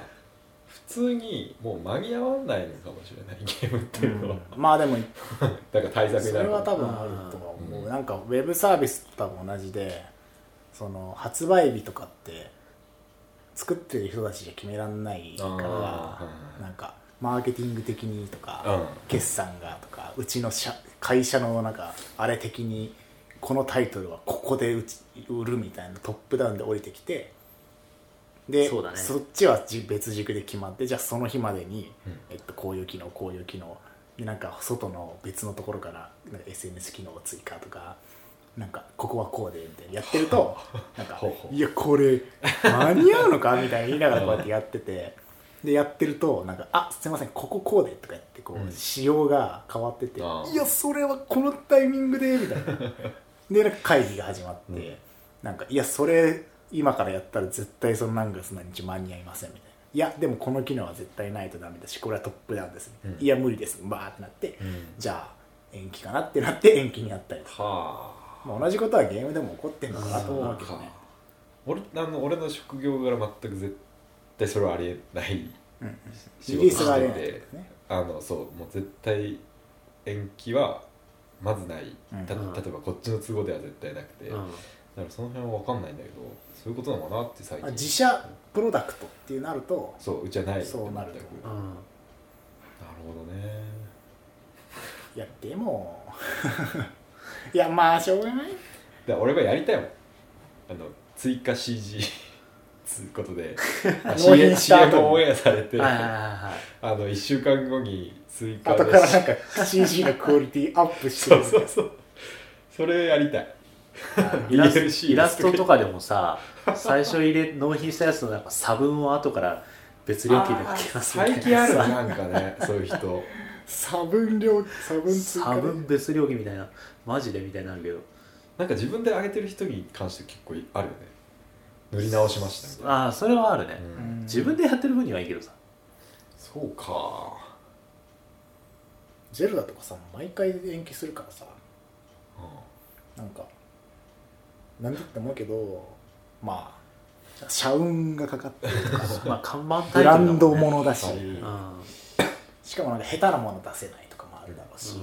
Speaker 2: 普通にもう間に合わないのかもしれないゲームっていうのは、
Speaker 1: うんまあでも
Speaker 2: だから対策
Speaker 1: そ
Speaker 2: にな
Speaker 1: れ
Speaker 2: る
Speaker 1: は多分あるとは思う、
Speaker 2: うん
Speaker 1: なんかウェブサービスと多分同じでその発売日とかって作ってる人たちじゃ決めらんないか
Speaker 2: あー
Speaker 1: らなんかマーケティング的にとか、
Speaker 2: うん
Speaker 1: 決算がとかうちの社会社のなんかあれ的にこのタイトルはここでうち売るみたいなトップダウンで降りてきてで
Speaker 3: そうだね
Speaker 1: っちはじ別軸で決まってじゃあその日までに、
Speaker 2: うん
Speaker 1: えっと、こういう機能こういう機能でなんか外の別のところからなんか SNS 機能を追加とかなんかここはこうでみたいなやってるとなんか
Speaker 2: [laughs] ほうほう
Speaker 1: いやこれ間に合うのかみたいな言いながらこうやってやっててでやってるとなんか「あすいませんこここうで」とか言ってこ
Speaker 2: うん
Speaker 1: う仕様が変わってて「
Speaker 2: あー
Speaker 1: いやそれはこのタイミングで」みたいなでなんか会議が始まって、
Speaker 2: うん
Speaker 1: なんか「いやそれ今からやったら絶対その何月何日間に合いません」みたいな「いやでもこの機能は絶対ないとダメだしこれはトップダウンです」
Speaker 2: うん
Speaker 1: いや無理です」バーってなって、
Speaker 2: うん
Speaker 1: じゃあ延期かなってなって延期になったりとか
Speaker 2: はあ
Speaker 1: まあ、同じことはゲームでも起こってんのかなと思うけどね、
Speaker 2: 俺あの俺の職業柄全く絶対それはありえない
Speaker 1: うん
Speaker 2: 仕
Speaker 1: リリー
Speaker 2: 事
Speaker 1: スがあ
Speaker 2: し
Speaker 1: れ
Speaker 2: て
Speaker 1: なんだけ
Speaker 2: て
Speaker 1: どね
Speaker 2: あのそうもう絶対延期はまずない、た
Speaker 1: う
Speaker 2: 例
Speaker 3: ん
Speaker 2: えばこっちの都合では絶対なくて、
Speaker 3: う
Speaker 2: だか
Speaker 3: ん
Speaker 2: らその辺は分かんないんだけどそういうことなのかなって最
Speaker 1: ま
Speaker 2: 近
Speaker 1: あ自社プロダクトっていうなると
Speaker 2: そううちはない
Speaker 1: そうなると
Speaker 2: 全く
Speaker 1: 思う
Speaker 3: うん
Speaker 2: なるほどね
Speaker 1: いやでも [laughs] いやまあしょうがない
Speaker 2: だから俺がやりたいもんあの追加 CG [laughs] つうこ
Speaker 1: [laughs]
Speaker 2: とであ
Speaker 1: 納品した後
Speaker 2: CM オンエアされて
Speaker 3: はいはい
Speaker 2: あ
Speaker 3: はいはい
Speaker 2: の1週間後に追加
Speaker 1: 後からなんか CG のクオリティアップして
Speaker 2: そ
Speaker 1: る
Speaker 2: うそうそうそれやりたい
Speaker 3: イラス
Speaker 2: DLC
Speaker 3: イラストとかでもさ最初入れ納品したやつのなんか差分を後から別料金で書きますみたい
Speaker 2: 最
Speaker 3: な
Speaker 2: 近ある
Speaker 3: さ
Speaker 2: なんかねそういう人
Speaker 1: 差分量差分追加
Speaker 3: 差
Speaker 1: で
Speaker 3: 分別料金みたいなマジでみたいになるけど
Speaker 2: なんか自分で上げてる人に関して結構あるよね塗り直しましたみたいな、
Speaker 3: ああそれはあるね、
Speaker 2: う
Speaker 1: うんん
Speaker 3: 自分でやってる分にはいいけどさ
Speaker 2: そうか
Speaker 1: ジェルダとかさ毎回延期するからさなんかなんでって思うけどまあ社運がかかってるとか
Speaker 3: まあ看板タ
Speaker 1: ブ
Speaker 3: イトル
Speaker 1: ラ
Speaker 3: だもんね
Speaker 1: ンドものだし、
Speaker 2: はい
Speaker 3: うん
Speaker 1: しかもなんか下手なもの出せないとかもあるだろうし、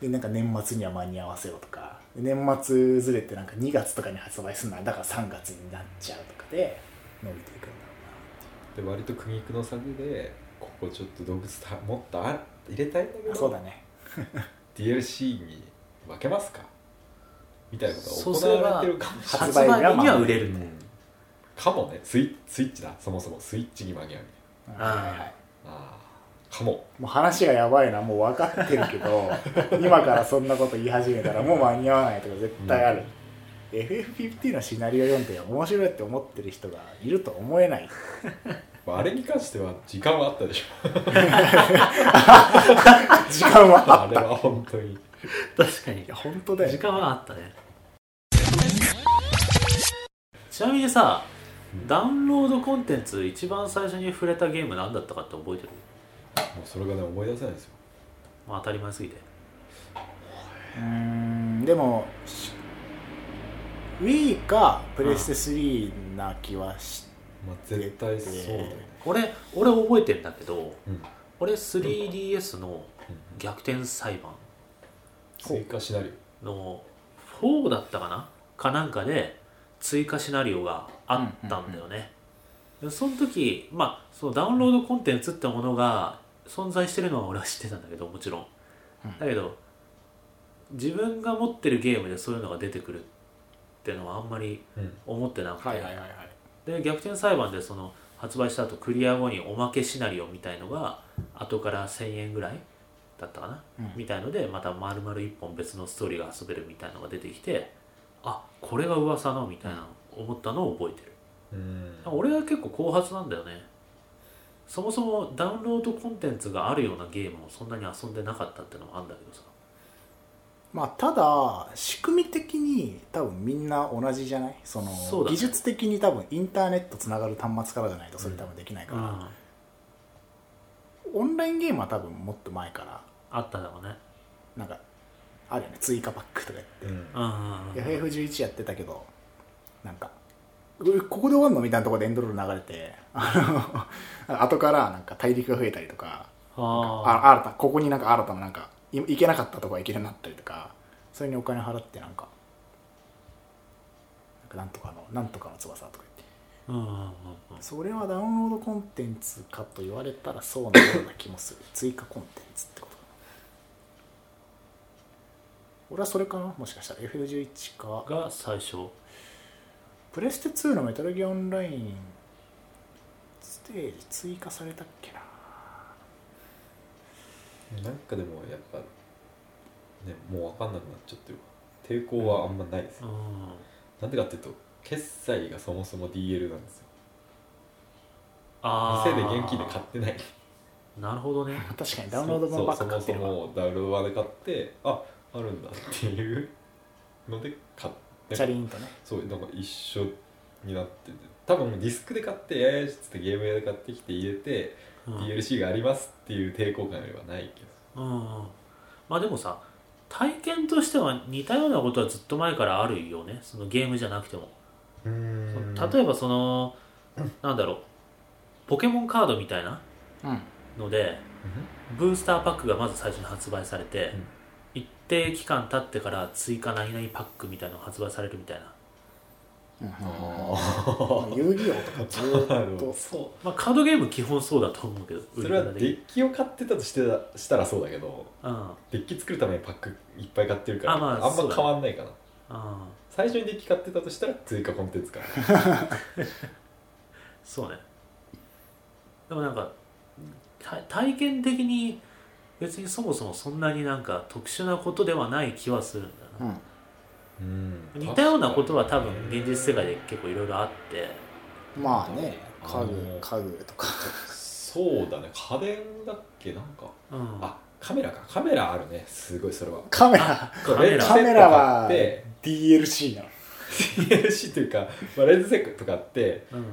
Speaker 1: でなんか年末には間に合わせろとかで年末ずれてなんか2月とかに発売するならだから3月になっちゃうとかで伸びていくんだろうなっていう
Speaker 2: で割と苦肉の策でここちょっと動物たもっとあ入れたいんだけ
Speaker 1: あそう
Speaker 2: ど
Speaker 1: だね
Speaker 2: DLC に分けますかみたいなこと
Speaker 3: そう
Speaker 2: が
Speaker 3: すれば
Speaker 2: 行われてるかもしれない
Speaker 1: 発
Speaker 3: 発
Speaker 1: 売
Speaker 3: 売
Speaker 1: 日は
Speaker 3: には売れる
Speaker 2: う
Speaker 3: ね、
Speaker 2: んかもねスイスイッチだそもそもスイッチに間に合う
Speaker 1: うん
Speaker 3: あー
Speaker 1: はいはい
Speaker 2: ああかも
Speaker 1: もう話がやばいなもう分かってるけ
Speaker 3: [laughs]
Speaker 1: ど今からそんなこと言い始めたらもう間に合わないとか絶対ある、FF15 のシナリオ読んで面白いって思ってる人がいると思えない
Speaker 2: まああれに関しては時間はあったでしょ
Speaker 1: 時間
Speaker 3: [laughs]
Speaker 1: は [laughs] あ
Speaker 2: あ
Speaker 1: っ
Speaker 2: れ
Speaker 1: たい
Speaker 2: は本当に
Speaker 3: 確かに
Speaker 1: や本当だよ
Speaker 3: 時間はあったねちなみにさダウンロードコンテンツ一番最初に触れたゲーム何だったかって覚えてる
Speaker 2: もうそれがね思い出せないんですよ
Speaker 3: まあ当たり前すぎて
Speaker 1: うーんでもし Wii かプレステ3な気はし
Speaker 2: まあ絶対そうだよね、
Speaker 3: 俺俺覚えてんだけど
Speaker 2: うん
Speaker 3: 俺 3DS の逆転裁判
Speaker 2: 追加シナリ
Speaker 3: の4だったかなかなんかで追加シナリオがあったんだよね、でその時まあそのダウンロードコンテンツってものが存在してるのは俺は知ってたんだけどもちろん
Speaker 1: うん
Speaker 3: だけど自分が持ってるゲームでそういうのが出てくるってのはあんまり
Speaker 2: オ、うん、
Speaker 3: 思ってなくて、
Speaker 1: はい
Speaker 3: で逆転裁判でその発売した後クリア後におまけシナリオみたいのが後から1000円ぐらいだったかな、
Speaker 1: うん
Speaker 3: みたいのでまた丸々1本別のストーリーが遊べるみたいのが出てきてあこれが噂のみたいな思ったのを覚えてる
Speaker 2: うん
Speaker 3: 俺は結構後発なんだよねそもそもダウンロードコンテンツがあるようなゲームをそんなに遊んでなかったってのもあるんだけどさ
Speaker 1: まあただ仕組み的に多分みんな同じじゃないその
Speaker 3: そうだね
Speaker 1: 技術的に多分インターネットつながる端末からじゃないとそれ多分できないから、
Speaker 3: あ
Speaker 1: オンラインゲームは多分もっと前から
Speaker 3: あっただろうね
Speaker 1: なんかあるよね追加パックとか
Speaker 2: うん
Speaker 3: うんうんうん
Speaker 1: FF11 やってたけどなんかうここで終わんのみたいなところでエンドロール流れてあの後からなんか大陸が増えたりとか
Speaker 3: あ
Speaker 1: あ新たここになんか新たななんかい行けなかったとこが行けるようになったりとかそれにお金払ってなんかなんかなんとかのなんとかの翼とか言って
Speaker 3: うんうんうんうん
Speaker 1: それはダウンロードコンテンツかと言われたらそうなような気もする [laughs] 追加コンテンツってことかな俺はそれかなもしかしたら F11 か
Speaker 3: が最初
Speaker 1: プレステ2のメタルギアオンラインステージ追加されたっけな
Speaker 2: なんかでもやっぱねもう分かんなくなっちゃってるわ抵抗はあんまないです、
Speaker 3: うん
Speaker 2: なんでかっていうと決済がそもそも DL なんですよ
Speaker 3: あ
Speaker 2: 店で現金で買ってない
Speaker 3: てなるほどね
Speaker 1: 確かにダウンロード分ばっか
Speaker 2: そう
Speaker 1: 買ってる
Speaker 2: そ
Speaker 1: わ
Speaker 2: もそもダウンロード版で買ってああるんだっていうので買って
Speaker 1: チャリーンとね
Speaker 2: そうなんか一緒になってて多分ディスクで買ってややつってゲーム屋で買ってきて入れて、
Speaker 3: うん
Speaker 2: DLC がありますっていう抵抗感よりはないけど
Speaker 3: うんうんまあでもさ体験としては似たようなことはずっと前からあるよねそのゲームじゃなくても、
Speaker 2: うん
Speaker 3: 例えばそのなんだろうポケモンカードみたいな
Speaker 1: うん
Speaker 3: のでブースターパックがまず最初に発売されて、
Speaker 2: うん
Speaker 3: 一定期間経ってから追加何々パックみたいなのが発売されるみたいな、
Speaker 2: あ
Speaker 1: 遊戯王とかず
Speaker 2: あな
Speaker 1: ー
Speaker 2: る
Speaker 1: っ
Speaker 2: ほ
Speaker 1: と
Speaker 2: どそう
Speaker 3: まあ、カードゲーム基本そうだと思うけど
Speaker 2: それは
Speaker 3: 売り方
Speaker 2: デ
Speaker 3: 的に
Speaker 2: ッキを買ってたとしてたしたらそうだけど
Speaker 3: うんうん
Speaker 2: デッキ作るためにパックいっぱい買ってるから
Speaker 3: あまあ
Speaker 2: んま変わんないかな、最初にデッキ買ってたとしたら追加コンテンツかな
Speaker 3: そうねでもなんかた体験的に別にそもそもそんなになんか特殊なことではない気はするんだよな、
Speaker 1: うん
Speaker 2: うん
Speaker 3: 似たようなことは多分現実世界で結構いろいろあって
Speaker 1: まあね家
Speaker 2: あの
Speaker 1: 具家具とか [laughs]
Speaker 2: そうだね家電だっけなんか
Speaker 3: うん
Speaker 2: あカメラかカメラあるねすごいそれは
Speaker 1: カメラ
Speaker 3: カメラ
Speaker 1: カメラは
Speaker 2: セット
Speaker 1: DLC なの
Speaker 2: 買って DLC というか、まあ、レンズセックとかあって
Speaker 3: うん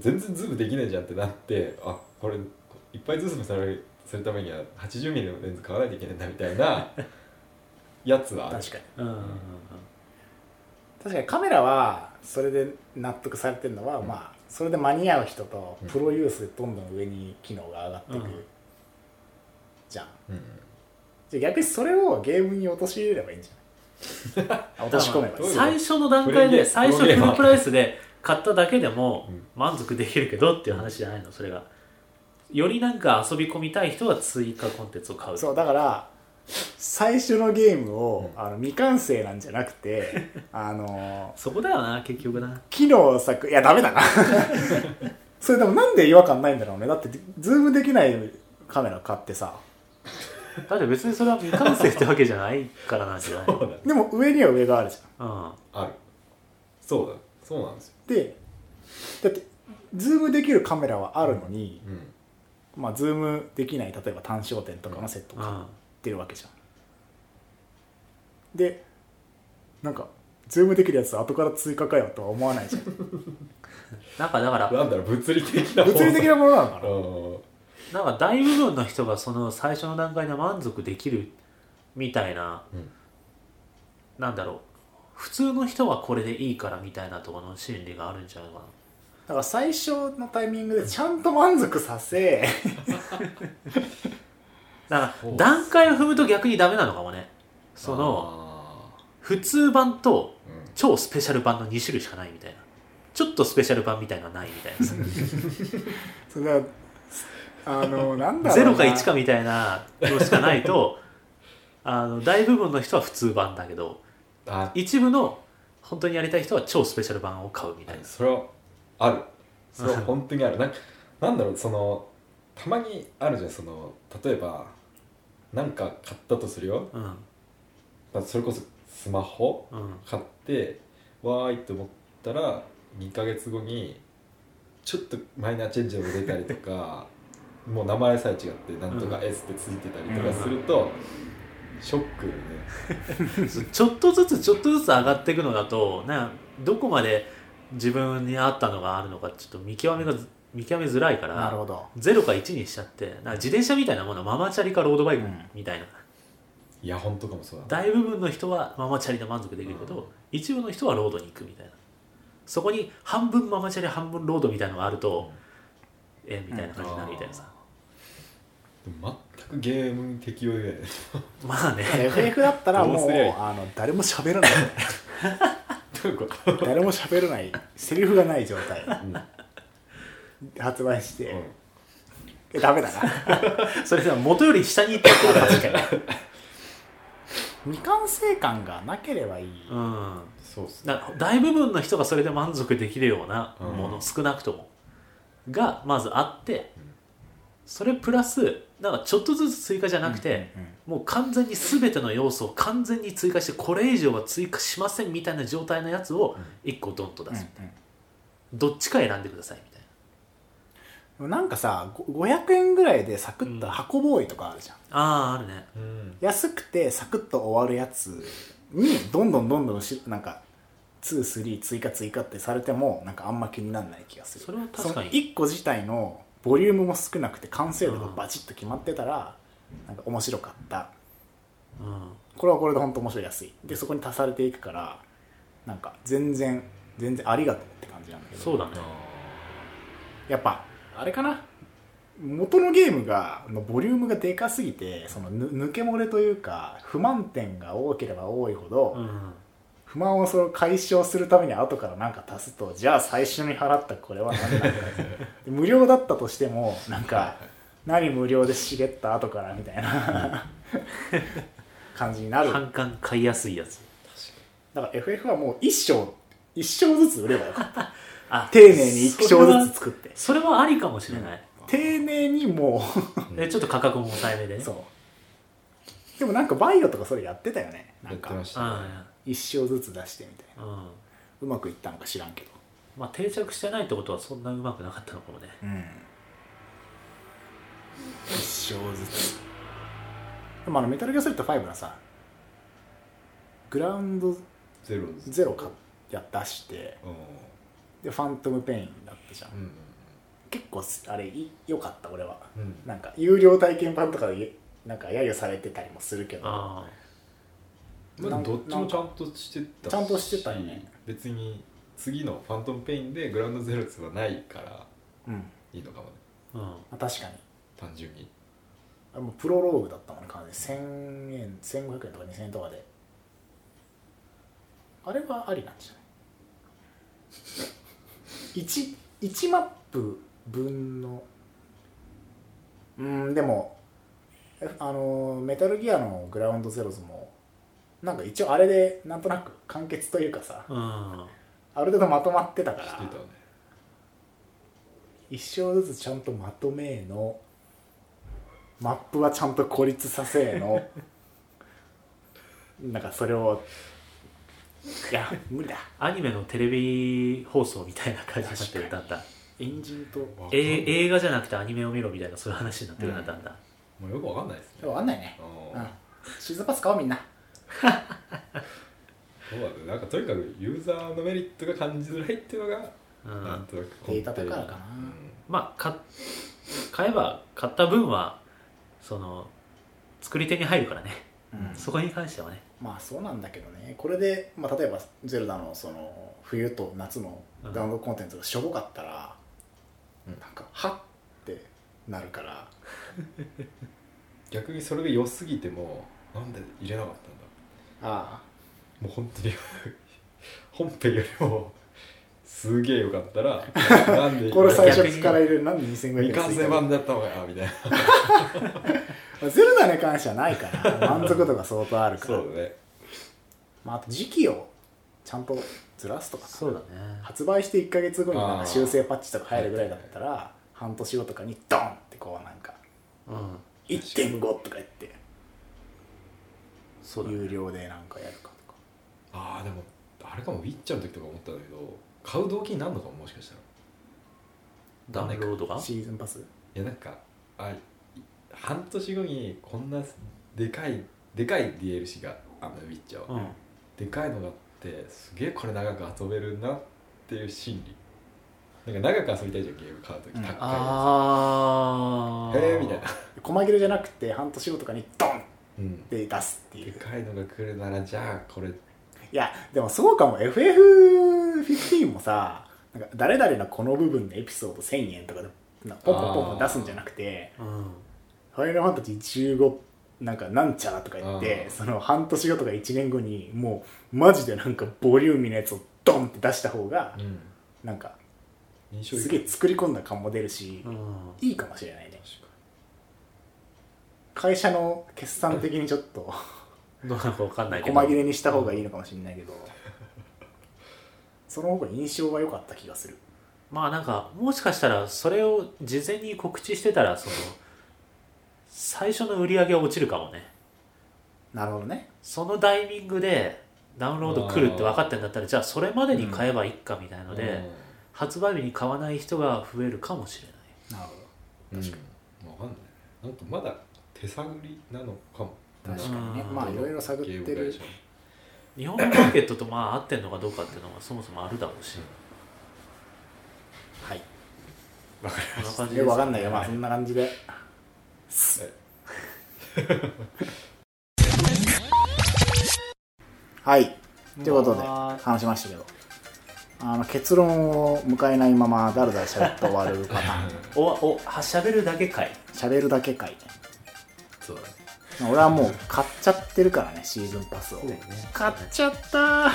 Speaker 2: 全然ズームできないじゃんってなってあこれいっぱいズームされるするためには 80mm のレンズ買わないといけないんだみたいなやつはある
Speaker 1: 確かに
Speaker 3: うんうんうん
Speaker 1: 確かにカメラはそれで納得されてるのは、
Speaker 2: ん
Speaker 1: まあそれで間に合う人と
Speaker 2: うん
Speaker 1: プロユースでどんどん上に機能が上がっていく、
Speaker 3: うん
Speaker 1: じゃん
Speaker 2: うん
Speaker 1: じゃあ逆にそれをゲームに陥れればいいんじゃない落とし込めばいい
Speaker 2: どういうこと
Speaker 3: 最初の段階で最初フルプライスで買っただけでも
Speaker 2: うん
Speaker 3: 満足できるけどっていう話じゃないのそれがよりなんか遊び込みたい人は追加コンテンツを買う
Speaker 1: そうだから最初のゲームを、あの未完成なんじゃなくてあの
Speaker 3: そこだよな結局な
Speaker 1: 機能作いやダメだなそれでもなんで違和感ないんだろうねだってズームできないカメラ買ってさ
Speaker 3: だって別にそれは未完成ってわけじゃないからなんじゃない
Speaker 2: そうだ
Speaker 3: う
Speaker 2: ね
Speaker 1: でも上には上があるじゃん
Speaker 3: ん
Speaker 2: あるそうだそうなんですよ
Speaker 1: でだってズームできるカメラはあるのに、
Speaker 2: うん
Speaker 1: まあズームできない例えば単焦点とかのセットを
Speaker 3: う
Speaker 1: 買っ
Speaker 3: ん
Speaker 1: てるわけじゃん、でなんかズームできるやつ後から追加かよとは思わないじゃん
Speaker 3: なんかだから
Speaker 2: なんだろう物理的な
Speaker 1: 物理的なものなのかな
Speaker 2: うん
Speaker 3: なんか大部分の人がその最初の段階で満足できるみたいな、
Speaker 2: うん
Speaker 3: なんだろう普通の人はこれでいいからみたいなところの心理があるんじゃないかな
Speaker 1: だから最初のタイミングでちゃんと満足させ
Speaker 3: だか
Speaker 2: そう
Speaker 3: ら段階を踏むと逆にダメなのかもねその
Speaker 2: あ
Speaker 3: 普通版と
Speaker 2: ーうん
Speaker 3: 超スペシャル版の2種類しかないみたいなちょっとスペシャル版みたいなのはないみたいなさ
Speaker 1: それはあ
Speaker 2: [laughs]
Speaker 1: のなんだろうな
Speaker 3: 0か1かみたいなのしかない
Speaker 1: [laughs]
Speaker 3: とあの大部分の人は普通版だけど
Speaker 2: あ
Speaker 3: 一部の本当にやりたい人は超スペシャル版を買うみたいな
Speaker 2: それはあるそれは本当にあるなんかなんだろうそのたまにあるじゃんその例えばなんか買ったとするよ、
Speaker 3: うん
Speaker 2: まあ、それこそスマホ
Speaker 3: うん
Speaker 2: 買ってわーいって思ったら2ヶ月後にちょっとマイナーチェンジでも出たりとか [laughs] もう名前さえ違ってなんとか
Speaker 3: うん
Speaker 2: S ってついてたりとかすると、ショックよね
Speaker 3: ちょっとずつちょっとずつ上がっていくのだとねどこまで自分に合ったのがあるのかちょっと見極めがず見極めづらいか
Speaker 1: なる
Speaker 3: ら
Speaker 1: ほど
Speaker 3: 0か1にしちゃってなんか自転車みたいなものママチャリかロードバイク
Speaker 1: うん
Speaker 3: みたいな、
Speaker 2: いや本当かもそうだ
Speaker 3: 大部分の人はママチャリで満足できるけど、一部の人はロードに行くみたいなそこに半分ママチャリ半分ロードみたいなのがあると、えみたいな感じになるみたいなさ、
Speaker 2: でも全くゲームに適用以外
Speaker 3: まあね
Speaker 1: [laughs] FF だったら
Speaker 2: ど
Speaker 1: も
Speaker 2: う
Speaker 1: う
Speaker 2: すりゃいい
Speaker 1: あの誰も喋
Speaker 2: [laughs]
Speaker 1: らない
Speaker 3: [laughs]
Speaker 2: どういうこと、うん
Speaker 1: 誰も喋らないセリフがない状態
Speaker 2: うん
Speaker 1: 発売して、えダメだな
Speaker 3: それでは元より下に行ってくるから確かに、
Speaker 1: 未完成感がなければいい、
Speaker 3: うん
Speaker 2: そうっすね
Speaker 3: だ大部分の人がそれで満足できるようなもの、
Speaker 2: うん
Speaker 3: 少なくともがまずあって、
Speaker 2: ん
Speaker 3: それプラスなんかちょっとずつ追加じゃなくて、
Speaker 1: うん
Speaker 3: もう完全に全ての要素を完全に追加してこれ以上は追加しませんみたいな状態のやつを1個ドンと出
Speaker 1: うん
Speaker 3: す、どっちか選んでくださいみたいな
Speaker 1: うんなんかさご500円ぐらいでサクッと
Speaker 3: うん
Speaker 1: 箱ボーイとかあるじゃん、
Speaker 3: ああーあるね
Speaker 2: うん
Speaker 1: 安くてサクッと終わるやつにどんどんどんどんしなんか23追加追加ってされてもなんかあんま気にならない気がする
Speaker 3: それは確かに
Speaker 1: 1個自体のボリュームも少なくて完成度がバチッと決まってたらなんか面白かった
Speaker 3: うん
Speaker 1: これはこれで本当面白い安いでそこに足されていくからなんか全然全然ありがとうって感じなんだけど
Speaker 3: そうだね
Speaker 1: やっぱあれかな元のゲームがのボリュームがでかすぎてそのぬ抜け漏れというか不満点が多ければ多いほど、
Speaker 3: うん
Speaker 1: 不満をその解消するために後から何か足すとじゃあ最初に払ったこれは何
Speaker 3: [laughs]
Speaker 1: なんだで無料だったとしてもなんか何無料で茂った後からみたいな感じになる
Speaker 3: 反感買いやすいやつ
Speaker 1: だから FF はもう一章一章ずつ売ればよかった
Speaker 3: あ
Speaker 1: 丁寧に一章ずつ作って
Speaker 3: それはそれはありかもしれない、
Speaker 1: 丁寧にもう
Speaker 3: でちょっと価格も抑えめでね
Speaker 1: そうでもなんかバイオとかそれやってたよねな
Speaker 2: やっ
Speaker 1: ん
Speaker 2: て
Speaker 1: か
Speaker 2: まし
Speaker 3: うん
Speaker 2: たね
Speaker 1: 一章ずつ出してみたいな
Speaker 3: うん
Speaker 1: うまくいったのか知らんけど
Speaker 3: まあ定着してないってことはそんなうまくなかったのかもね
Speaker 1: うん一章ずつでもあのメタルギアソリッド5のさグラウンド
Speaker 2: ゼロです
Speaker 1: ゼロかや出して
Speaker 2: うん
Speaker 1: でファントムペインだったじゃん、
Speaker 2: うん
Speaker 1: 結構すあれい良かった俺は
Speaker 2: うん
Speaker 1: なんか有料体験版とかでゆなんか揶揄されてたりもするけど
Speaker 3: ああ
Speaker 2: まあ、どっちもちゃんとしてた
Speaker 1: ちゃんとしてたよね
Speaker 2: 別に次のファントムペインでグラウンドゼロツはないから
Speaker 1: うん、
Speaker 2: いいのかもね
Speaker 3: うん
Speaker 1: まあ確かに
Speaker 2: 単純に
Speaker 1: あもうプロローグだったもんね完全に1000円1500円とか2000円とかであれはありなんじゃない 1, 1マップ分のうんでもえあのメタルギアのグラウンドゼロズもなんか一応あれでなんとなく完結というかさ
Speaker 3: うん
Speaker 1: ある程度まとまってたか
Speaker 2: して
Speaker 1: ら
Speaker 2: たね
Speaker 1: 一生ずつちゃんとまとめーのマップはちゃんと孤立させーの [laughs] なんかそれをいや無理だ
Speaker 3: アニメのテレビ放送みたいな感じになってるだんだん
Speaker 1: エンジンと
Speaker 2: わかんない
Speaker 3: え映画じゃなくてアニメを見ろみたいなそういう話になってくるな
Speaker 1: うん
Speaker 3: だんだん、
Speaker 2: もうよくわかんないですね
Speaker 1: 分かんないねう
Speaker 2: うん
Speaker 1: んシーズンパス買おうみんな
Speaker 2: そうだねなんかとにかくユーザーのメリットが感じづらいっていうのが、
Speaker 3: うん
Speaker 2: なんとなく
Speaker 1: データだからかな
Speaker 3: まあか買えば買った分はその作り手に入るからね [laughs]
Speaker 1: うん
Speaker 3: そこに関してはね
Speaker 1: まあそうなんだけどねこれで、まあ、例えば「ゼルダのその冬と夏のダウンロードコンテンツがしょぼかったら、
Speaker 2: うん
Speaker 1: なんかはってなるから
Speaker 2: 逆にそれが良すぎてもなんで入れなかったんだ
Speaker 1: あ
Speaker 2: もう本当に [laughs] 本編よりもすげえよかったらなん
Speaker 1: あ
Speaker 2: で
Speaker 1: これ最
Speaker 3: 逆に
Speaker 1: 初から入れるなんで2500円
Speaker 2: 未完
Speaker 1: 追加
Speaker 2: 成版だったのかよみたいな
Speaker 1: ゼルダに関してはないから満足度が相当あるか
Speaker 2: そ
Speaker 1: ら
Speaker 2: う、だね
Speaker 1: まあ、あと時期をちゃんとずらすとか
Speaker 3: そうだね
Speaker 1: 発売して1か月後になんか
Speaker 2: あー
Speaker 1: 修正パッチとか入るぐらいだったら半年後とかにドンってこうなんか
Speaker 3: うん
Speaker 1: 1.5とか言って
Speaker 3: そうだね
Speaker 1: 有料でなんかやるかとか
Speaker 2: ああでもあれかもウィッチャーの時とか思ったんだけど買う動機になるのかももしかしたら
Speaker 3: ダウンロードが
Speaker 1: シーズンパス
Speaker 2: いやなんかあい半年後にこんなでかいでかい DLC があんのよウィッチャーは、
Speaker 3: うん
Speaker 2: でかいのがあってすげえこれ長く遊べるなっていう心理なんか長く遊びたいじゃんゲーム買う時
Speaker 1: うん
Speaker 2: 高いや
Speaker 3: あ
Speaker 2: つ
Speaker 3: あ
Speaker 2: へえみたいな、
Speaker 1: 細切れじゃなくて半年後とかにドンっ
Speaker 2: うん、
Speaker 1: て出すってい
Speaker 2: で
Speaker 1: う
Speaker 2: かいのが来るならじゃあこれ
Speaker 1: いやでもそうかも FF15 もさなんか誰々のこの部分のエピソード1000円とかでなポンポンポンポン出すんじゃなくて
Speaker 3: うん
Speaker 1: 「ファイナルファンタジー15」なんかなんちゃらとか言って
Speaker 2: あー
Speaker 1: その半年後とか1年後にもうマジでなんかボリューミーなやつをドンって出した方が
Speaker 2: うん
Speaker 1: なんか
Speaker 2: 印象いい
Speaker 1: すげえ作り込んだ感も出るし
Speaker 3: うん
Speaker 1: いいかもしれないね
Speaker 2: 確か
Speaker 1: 会社の決算的にちょっと
Speaker 3: どうなのかわかんないけど
Speaker 1: 細切れにした方がいいのかもしれないけどその方が印象が良かった気がする
Speaker 3: まあなんかもしかしたらそれを事前に告知してたらその最初の売り上げは落ちるかもね
Speaker 1: なるほどね
Speaker 3: そのタイミングでダウンロード来るって分かってんだったらじゃあそれまでに買えばいいかみたいので、発売日に買わない人が増えるかもしれない
Speaker 1: なるほ
Speaker 2: うん、確かに、わかんないなんかまだ手探りなのかも
Speaker 1: ど確かにね
Speaker 3: うん
Speaker 1: まあいろいろ探って
Speaker 2: ゲーム
Speaker 1: る
Speaker 2: 会社
Speaker 3: 日本のマーケットとまあ合ってんのかどうかっていうのがそもそもあるだろうし
Speaker 1: はい
Speaker 2: わかり
Speaker 3: こんな感じ
Speaker 1: よくわかんないよまあ
Speaker 3: はい
Speaker 1: そんな感じで
Speaker 2: ますはい
Speaker 1: [laughs] はいということで
Speaker 3: まあ
Speaker 1: 話しましたけどあの結論を迎えないままだらだら喋って終わるパターン
Speaker 3: おおはしゃべるだけかい
Speaker 1: 喋るだけかいね
Speaker 2: そうだね
Speaker 1: まあ俺はもう買っちゃってるからねシーズンパスを
Speaker 2: そうだよね
Speaker 1: 買っちゃったー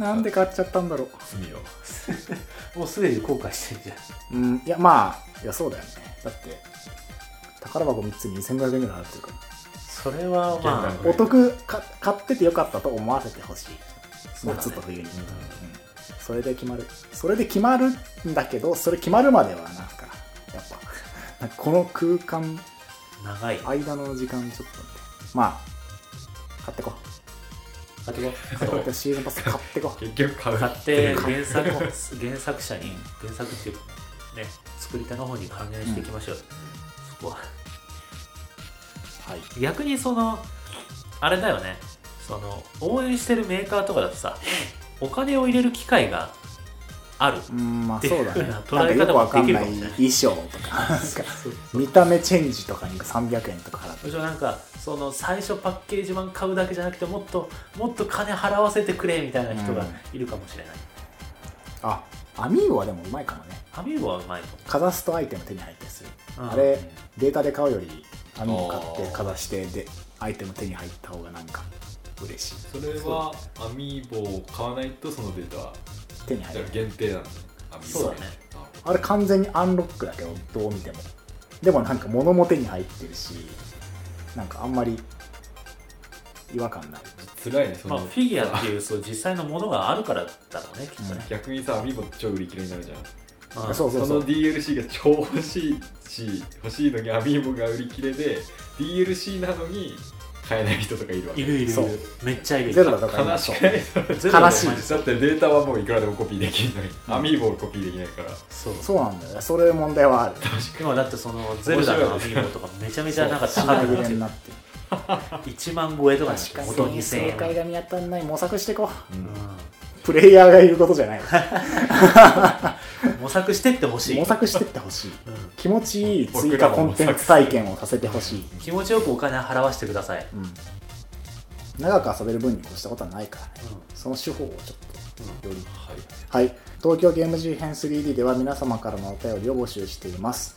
Speaker 1: なんで買っちゃったんだろう
Speaker 2: 罪を
Speaker 3: もうすでに後悔してるじゃん
Speaker 1: うんいやまあいやそうだよねだって宝箱3つに2500円ぐらい払ってるか
Speaker 3: それは
Speaker 2: 現
Speaker 3: ま
Speaker 2: 段
Speaker 1: らお得か買っててよかったと思わせてほしい
Speaker 3: そうだね
Speaker 1: 夏と冬に、うんそれで決まるそれで決まるんだけどそれ決まるまではなんかやっぱ [laughs] なんかこの空間
Speaker 3: あ長い
Speaker 1: 間の時間ちょっとまあ買ってこ
Speaker 3: 買ってこ
Speaker 1: 買
Speaker 3: [laughs]
Speaker 1: ってシーズンパス買ってこ
Speaker 2: 結局買う
Speaker 3: 買って原作を原作者に原作っていうかね作り手の方に還元していきましょう、そこは
Speaker 1: はい
Speaker 3: 逆にそのあれだよねその応援してるメーカーとかだとさお金を入れる機会がある
Speaker 1: うんまあそうだね
Speaker 3: っ
Speaker 1: なん
Speaker 3: ていう
Speaker 1: か
Speaker 3: よ
Speaker 1: よく
Speaker 3: うな
Speaker 1: わ
Speaker 3: [laughs]
Speaker 1: か
Speaker 3: 捉え方
Speaker 1: ん
Speaker 3: もできる
Speaker 1: な
Speaker 3: か
Speaker 1: い
Speaker 3: もしれな
Speaker 1: 衣
Speaker 3: い
Speaker 1: 装とかなんか
Speaker 3: [laughs] そう
Speaker 1: 見た目チェンジとかに300円とか払って
Speaker 3: それじゃなんかその最初パッケージ版買うだけじゃなくてもっともっと金払わせてくれみたいな人がいるかもしれない、
Speaker 1: あアミーゴはでもうまいかもね
Speaker 3: アミーゴはうまいと
Speaker 1: かざすとアイテム手に入ったりする、
Speaker 3: うん
Speaker 1: あれデータで買うよりアミーゴ買ってかざしてでアイテム手に入った方がなんか嬉しい
Speaker 2: それはアミーボを買わないとそのデータは
Speaker 1: 手に入
Speaker 2: だ
Speaker 1: る
Speaker 2: から限定なのあ
Speaker 3: そうだね
Speaker 1: あれ完全にアンロックだけどどう見てもでもなんか物も手に入ってるしなんかあんまり違和感ない
Speaker 2: 辛いねそ
Speaker 3: まあ、
Speaker 2: の、
Speaker 3: フィギュアっていうそう実際のものがあるからだろうねきっとね、
Speaker 2: 逆にさアミーボ超売り切れになるじゃん
Speaker 3: うん
Speaker 1: そうそう
Speaker 2: そ
Speaker 1: そう
Speaker 2: の DLC が超欲しいし欲しいのにアミーボが売り切れで DLC なのに買えない人とかいるわけ
Speaker 3: いるいるい
Speaker 1: そう
Speaker 3: るめっちゃいる
Speaker 1: ゼロだとか
Speaker 2: 悲しくないそれ
Speaker 3: ゼロだ
Speaker 1: 悲しい
Speaker 2: だってデータはもういくらでもコピーできるのに、アミーボをコピーできないから
Speaker 3: そう
Speaker 1: そうなんだよそれ問題はある
Speaker 3: 今だってそのゼルダのアミーボとかめちゃめちゃなんか
Speaker 1: 品
Speaker 3: 高く
Speaker 1: 切
Speaker 3: なっ
Speaker 1: れ
Speaker 3: て
Speaker 1: に
Speaker 3: る
Speaker 1: なってる
Speaker 3: 1万超えとかに
Speaker 1: 確か
Speaker 3: 元
Speaker 1: に
Speaker 3: 2000
Speaker 1: 正
Speaker 3: 円
Speaker 1: 解が見当たんない模索していこう
Speaker 3: う
Speaker 1: プレイヤーが言うことじゃない
Speaker 3: ん模索してってほしい
Speaker 1: 模索してってほしい
Speaker 3: うん
Speaker 1: 気持ちいい追加コンテンツ体験をさせてほしい、
Speaker 3: 気持ちよくお金払わせてください、
Speaker 1: うん、長く遊べる分に越したことはないからね
Speaker 3: う
Speaker 1: その手法をちょっとより
Speaker 2: はい
Speaker 1: はい東京ゲーム事変 3D では皆様からのお便りを募集しています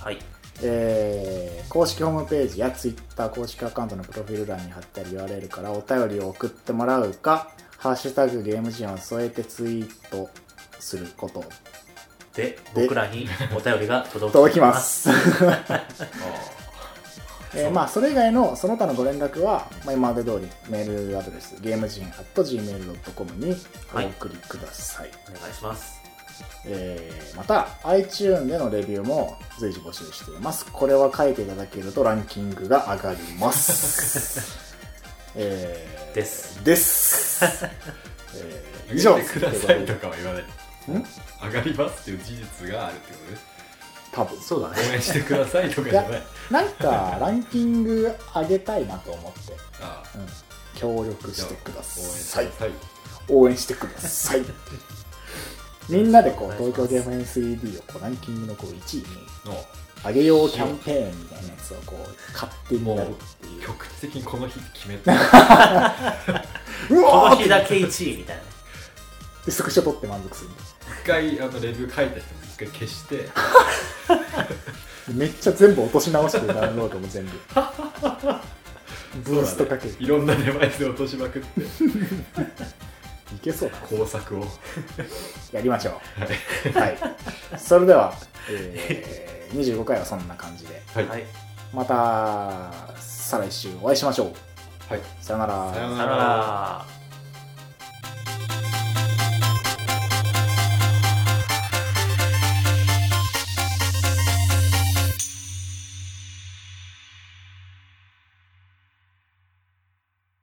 Speaker 3: ん、はい
Speaker 1: えー公式ホームページや Twitter 公式アカウントのプロフィール欄に貼ってある URL からお便りを送ってもらうか「ハッシュタグゲーム事変」を添えてツイートすること
Speaker 3: で
Speaker 1: で
Speaker 3: 僕らにお便りが届
Speaker 1: 届
Speaker 3: き
Speaker 1: きま
Speaker 3: ます
Speaker 1: す
Speaker 2: あ
Speaker 1: えーまあそれ以外のその他のご連絡は、まあ、今まで通りメールアドレスゲーム人 .gmail.com にお送りください、
Speaker 3: お願いします
Speaker 1: えーまた iTune でのレビューも随時募集していますこれは書いていただけるとランキングが上がります
Speaker 2: [laughs]
Speaker 1: えー
Speaker 3: です
Speaker 1: です、え
Speaker 2: ー
Speaker 1: ー以上
Speaker 2: 上げてくださいとかは言わない
Speaker 1: ん
Speaker 2: 上がりますっていう事実があるってことね
Speaker 1: 多分
Speaker 3: そうだね
Speaker 2: 応援してくださいとかじゃない
Speaker 1: なんかランキング上げたいなと思って、
Speaker 2: ああ
Speaker 1: うん、協力してください
Speaker 2: 応援してくださ
Speaker 1: 応援してくだ
Speaker 2: い
Speaker 1: さいみんなでこう
Speaker 3: お願い
Speaker 1: 東
Speaker 3: しま
Speaker 1: 京
Speaker 3: す
Speaker 1: ゲーム編 3D をこうランキングのこう1位に
Speaker 2: の
Speaker 1: 上げようキャンペーンみたいなやつをこう勝手にやるっていう
Speaker 2: 局地的にこの日決めて
Speaker 1: う
Speaker 3: こ
Speaker 1: わー
Speaker 3: の
Speaker 1: っ
Speaker 3: 日だけ1位みたいな
Speaker 1: てスクショ撮って満足する
Speaker 2: 一回あのレビュー書いた人も一回消して
Speaker 1: めっちゃ全部落とし直してダウンロードも全部ブーストかける
Speaker 2: いろんなデバイスを落としまくって
Speaker 1: いけそうだな
Speaker 2: 工作を
Speaker 1: やりましょうはい、それでは、えー25回はそんな感じで
Speaker 2: はい、
Speaker 3: はい
Speaker 1: また再来週お会いしましょう
Speaker 2: はい、
Speaker 1: さよなら
Speaker 2: さよな
Speaker 3: さよなら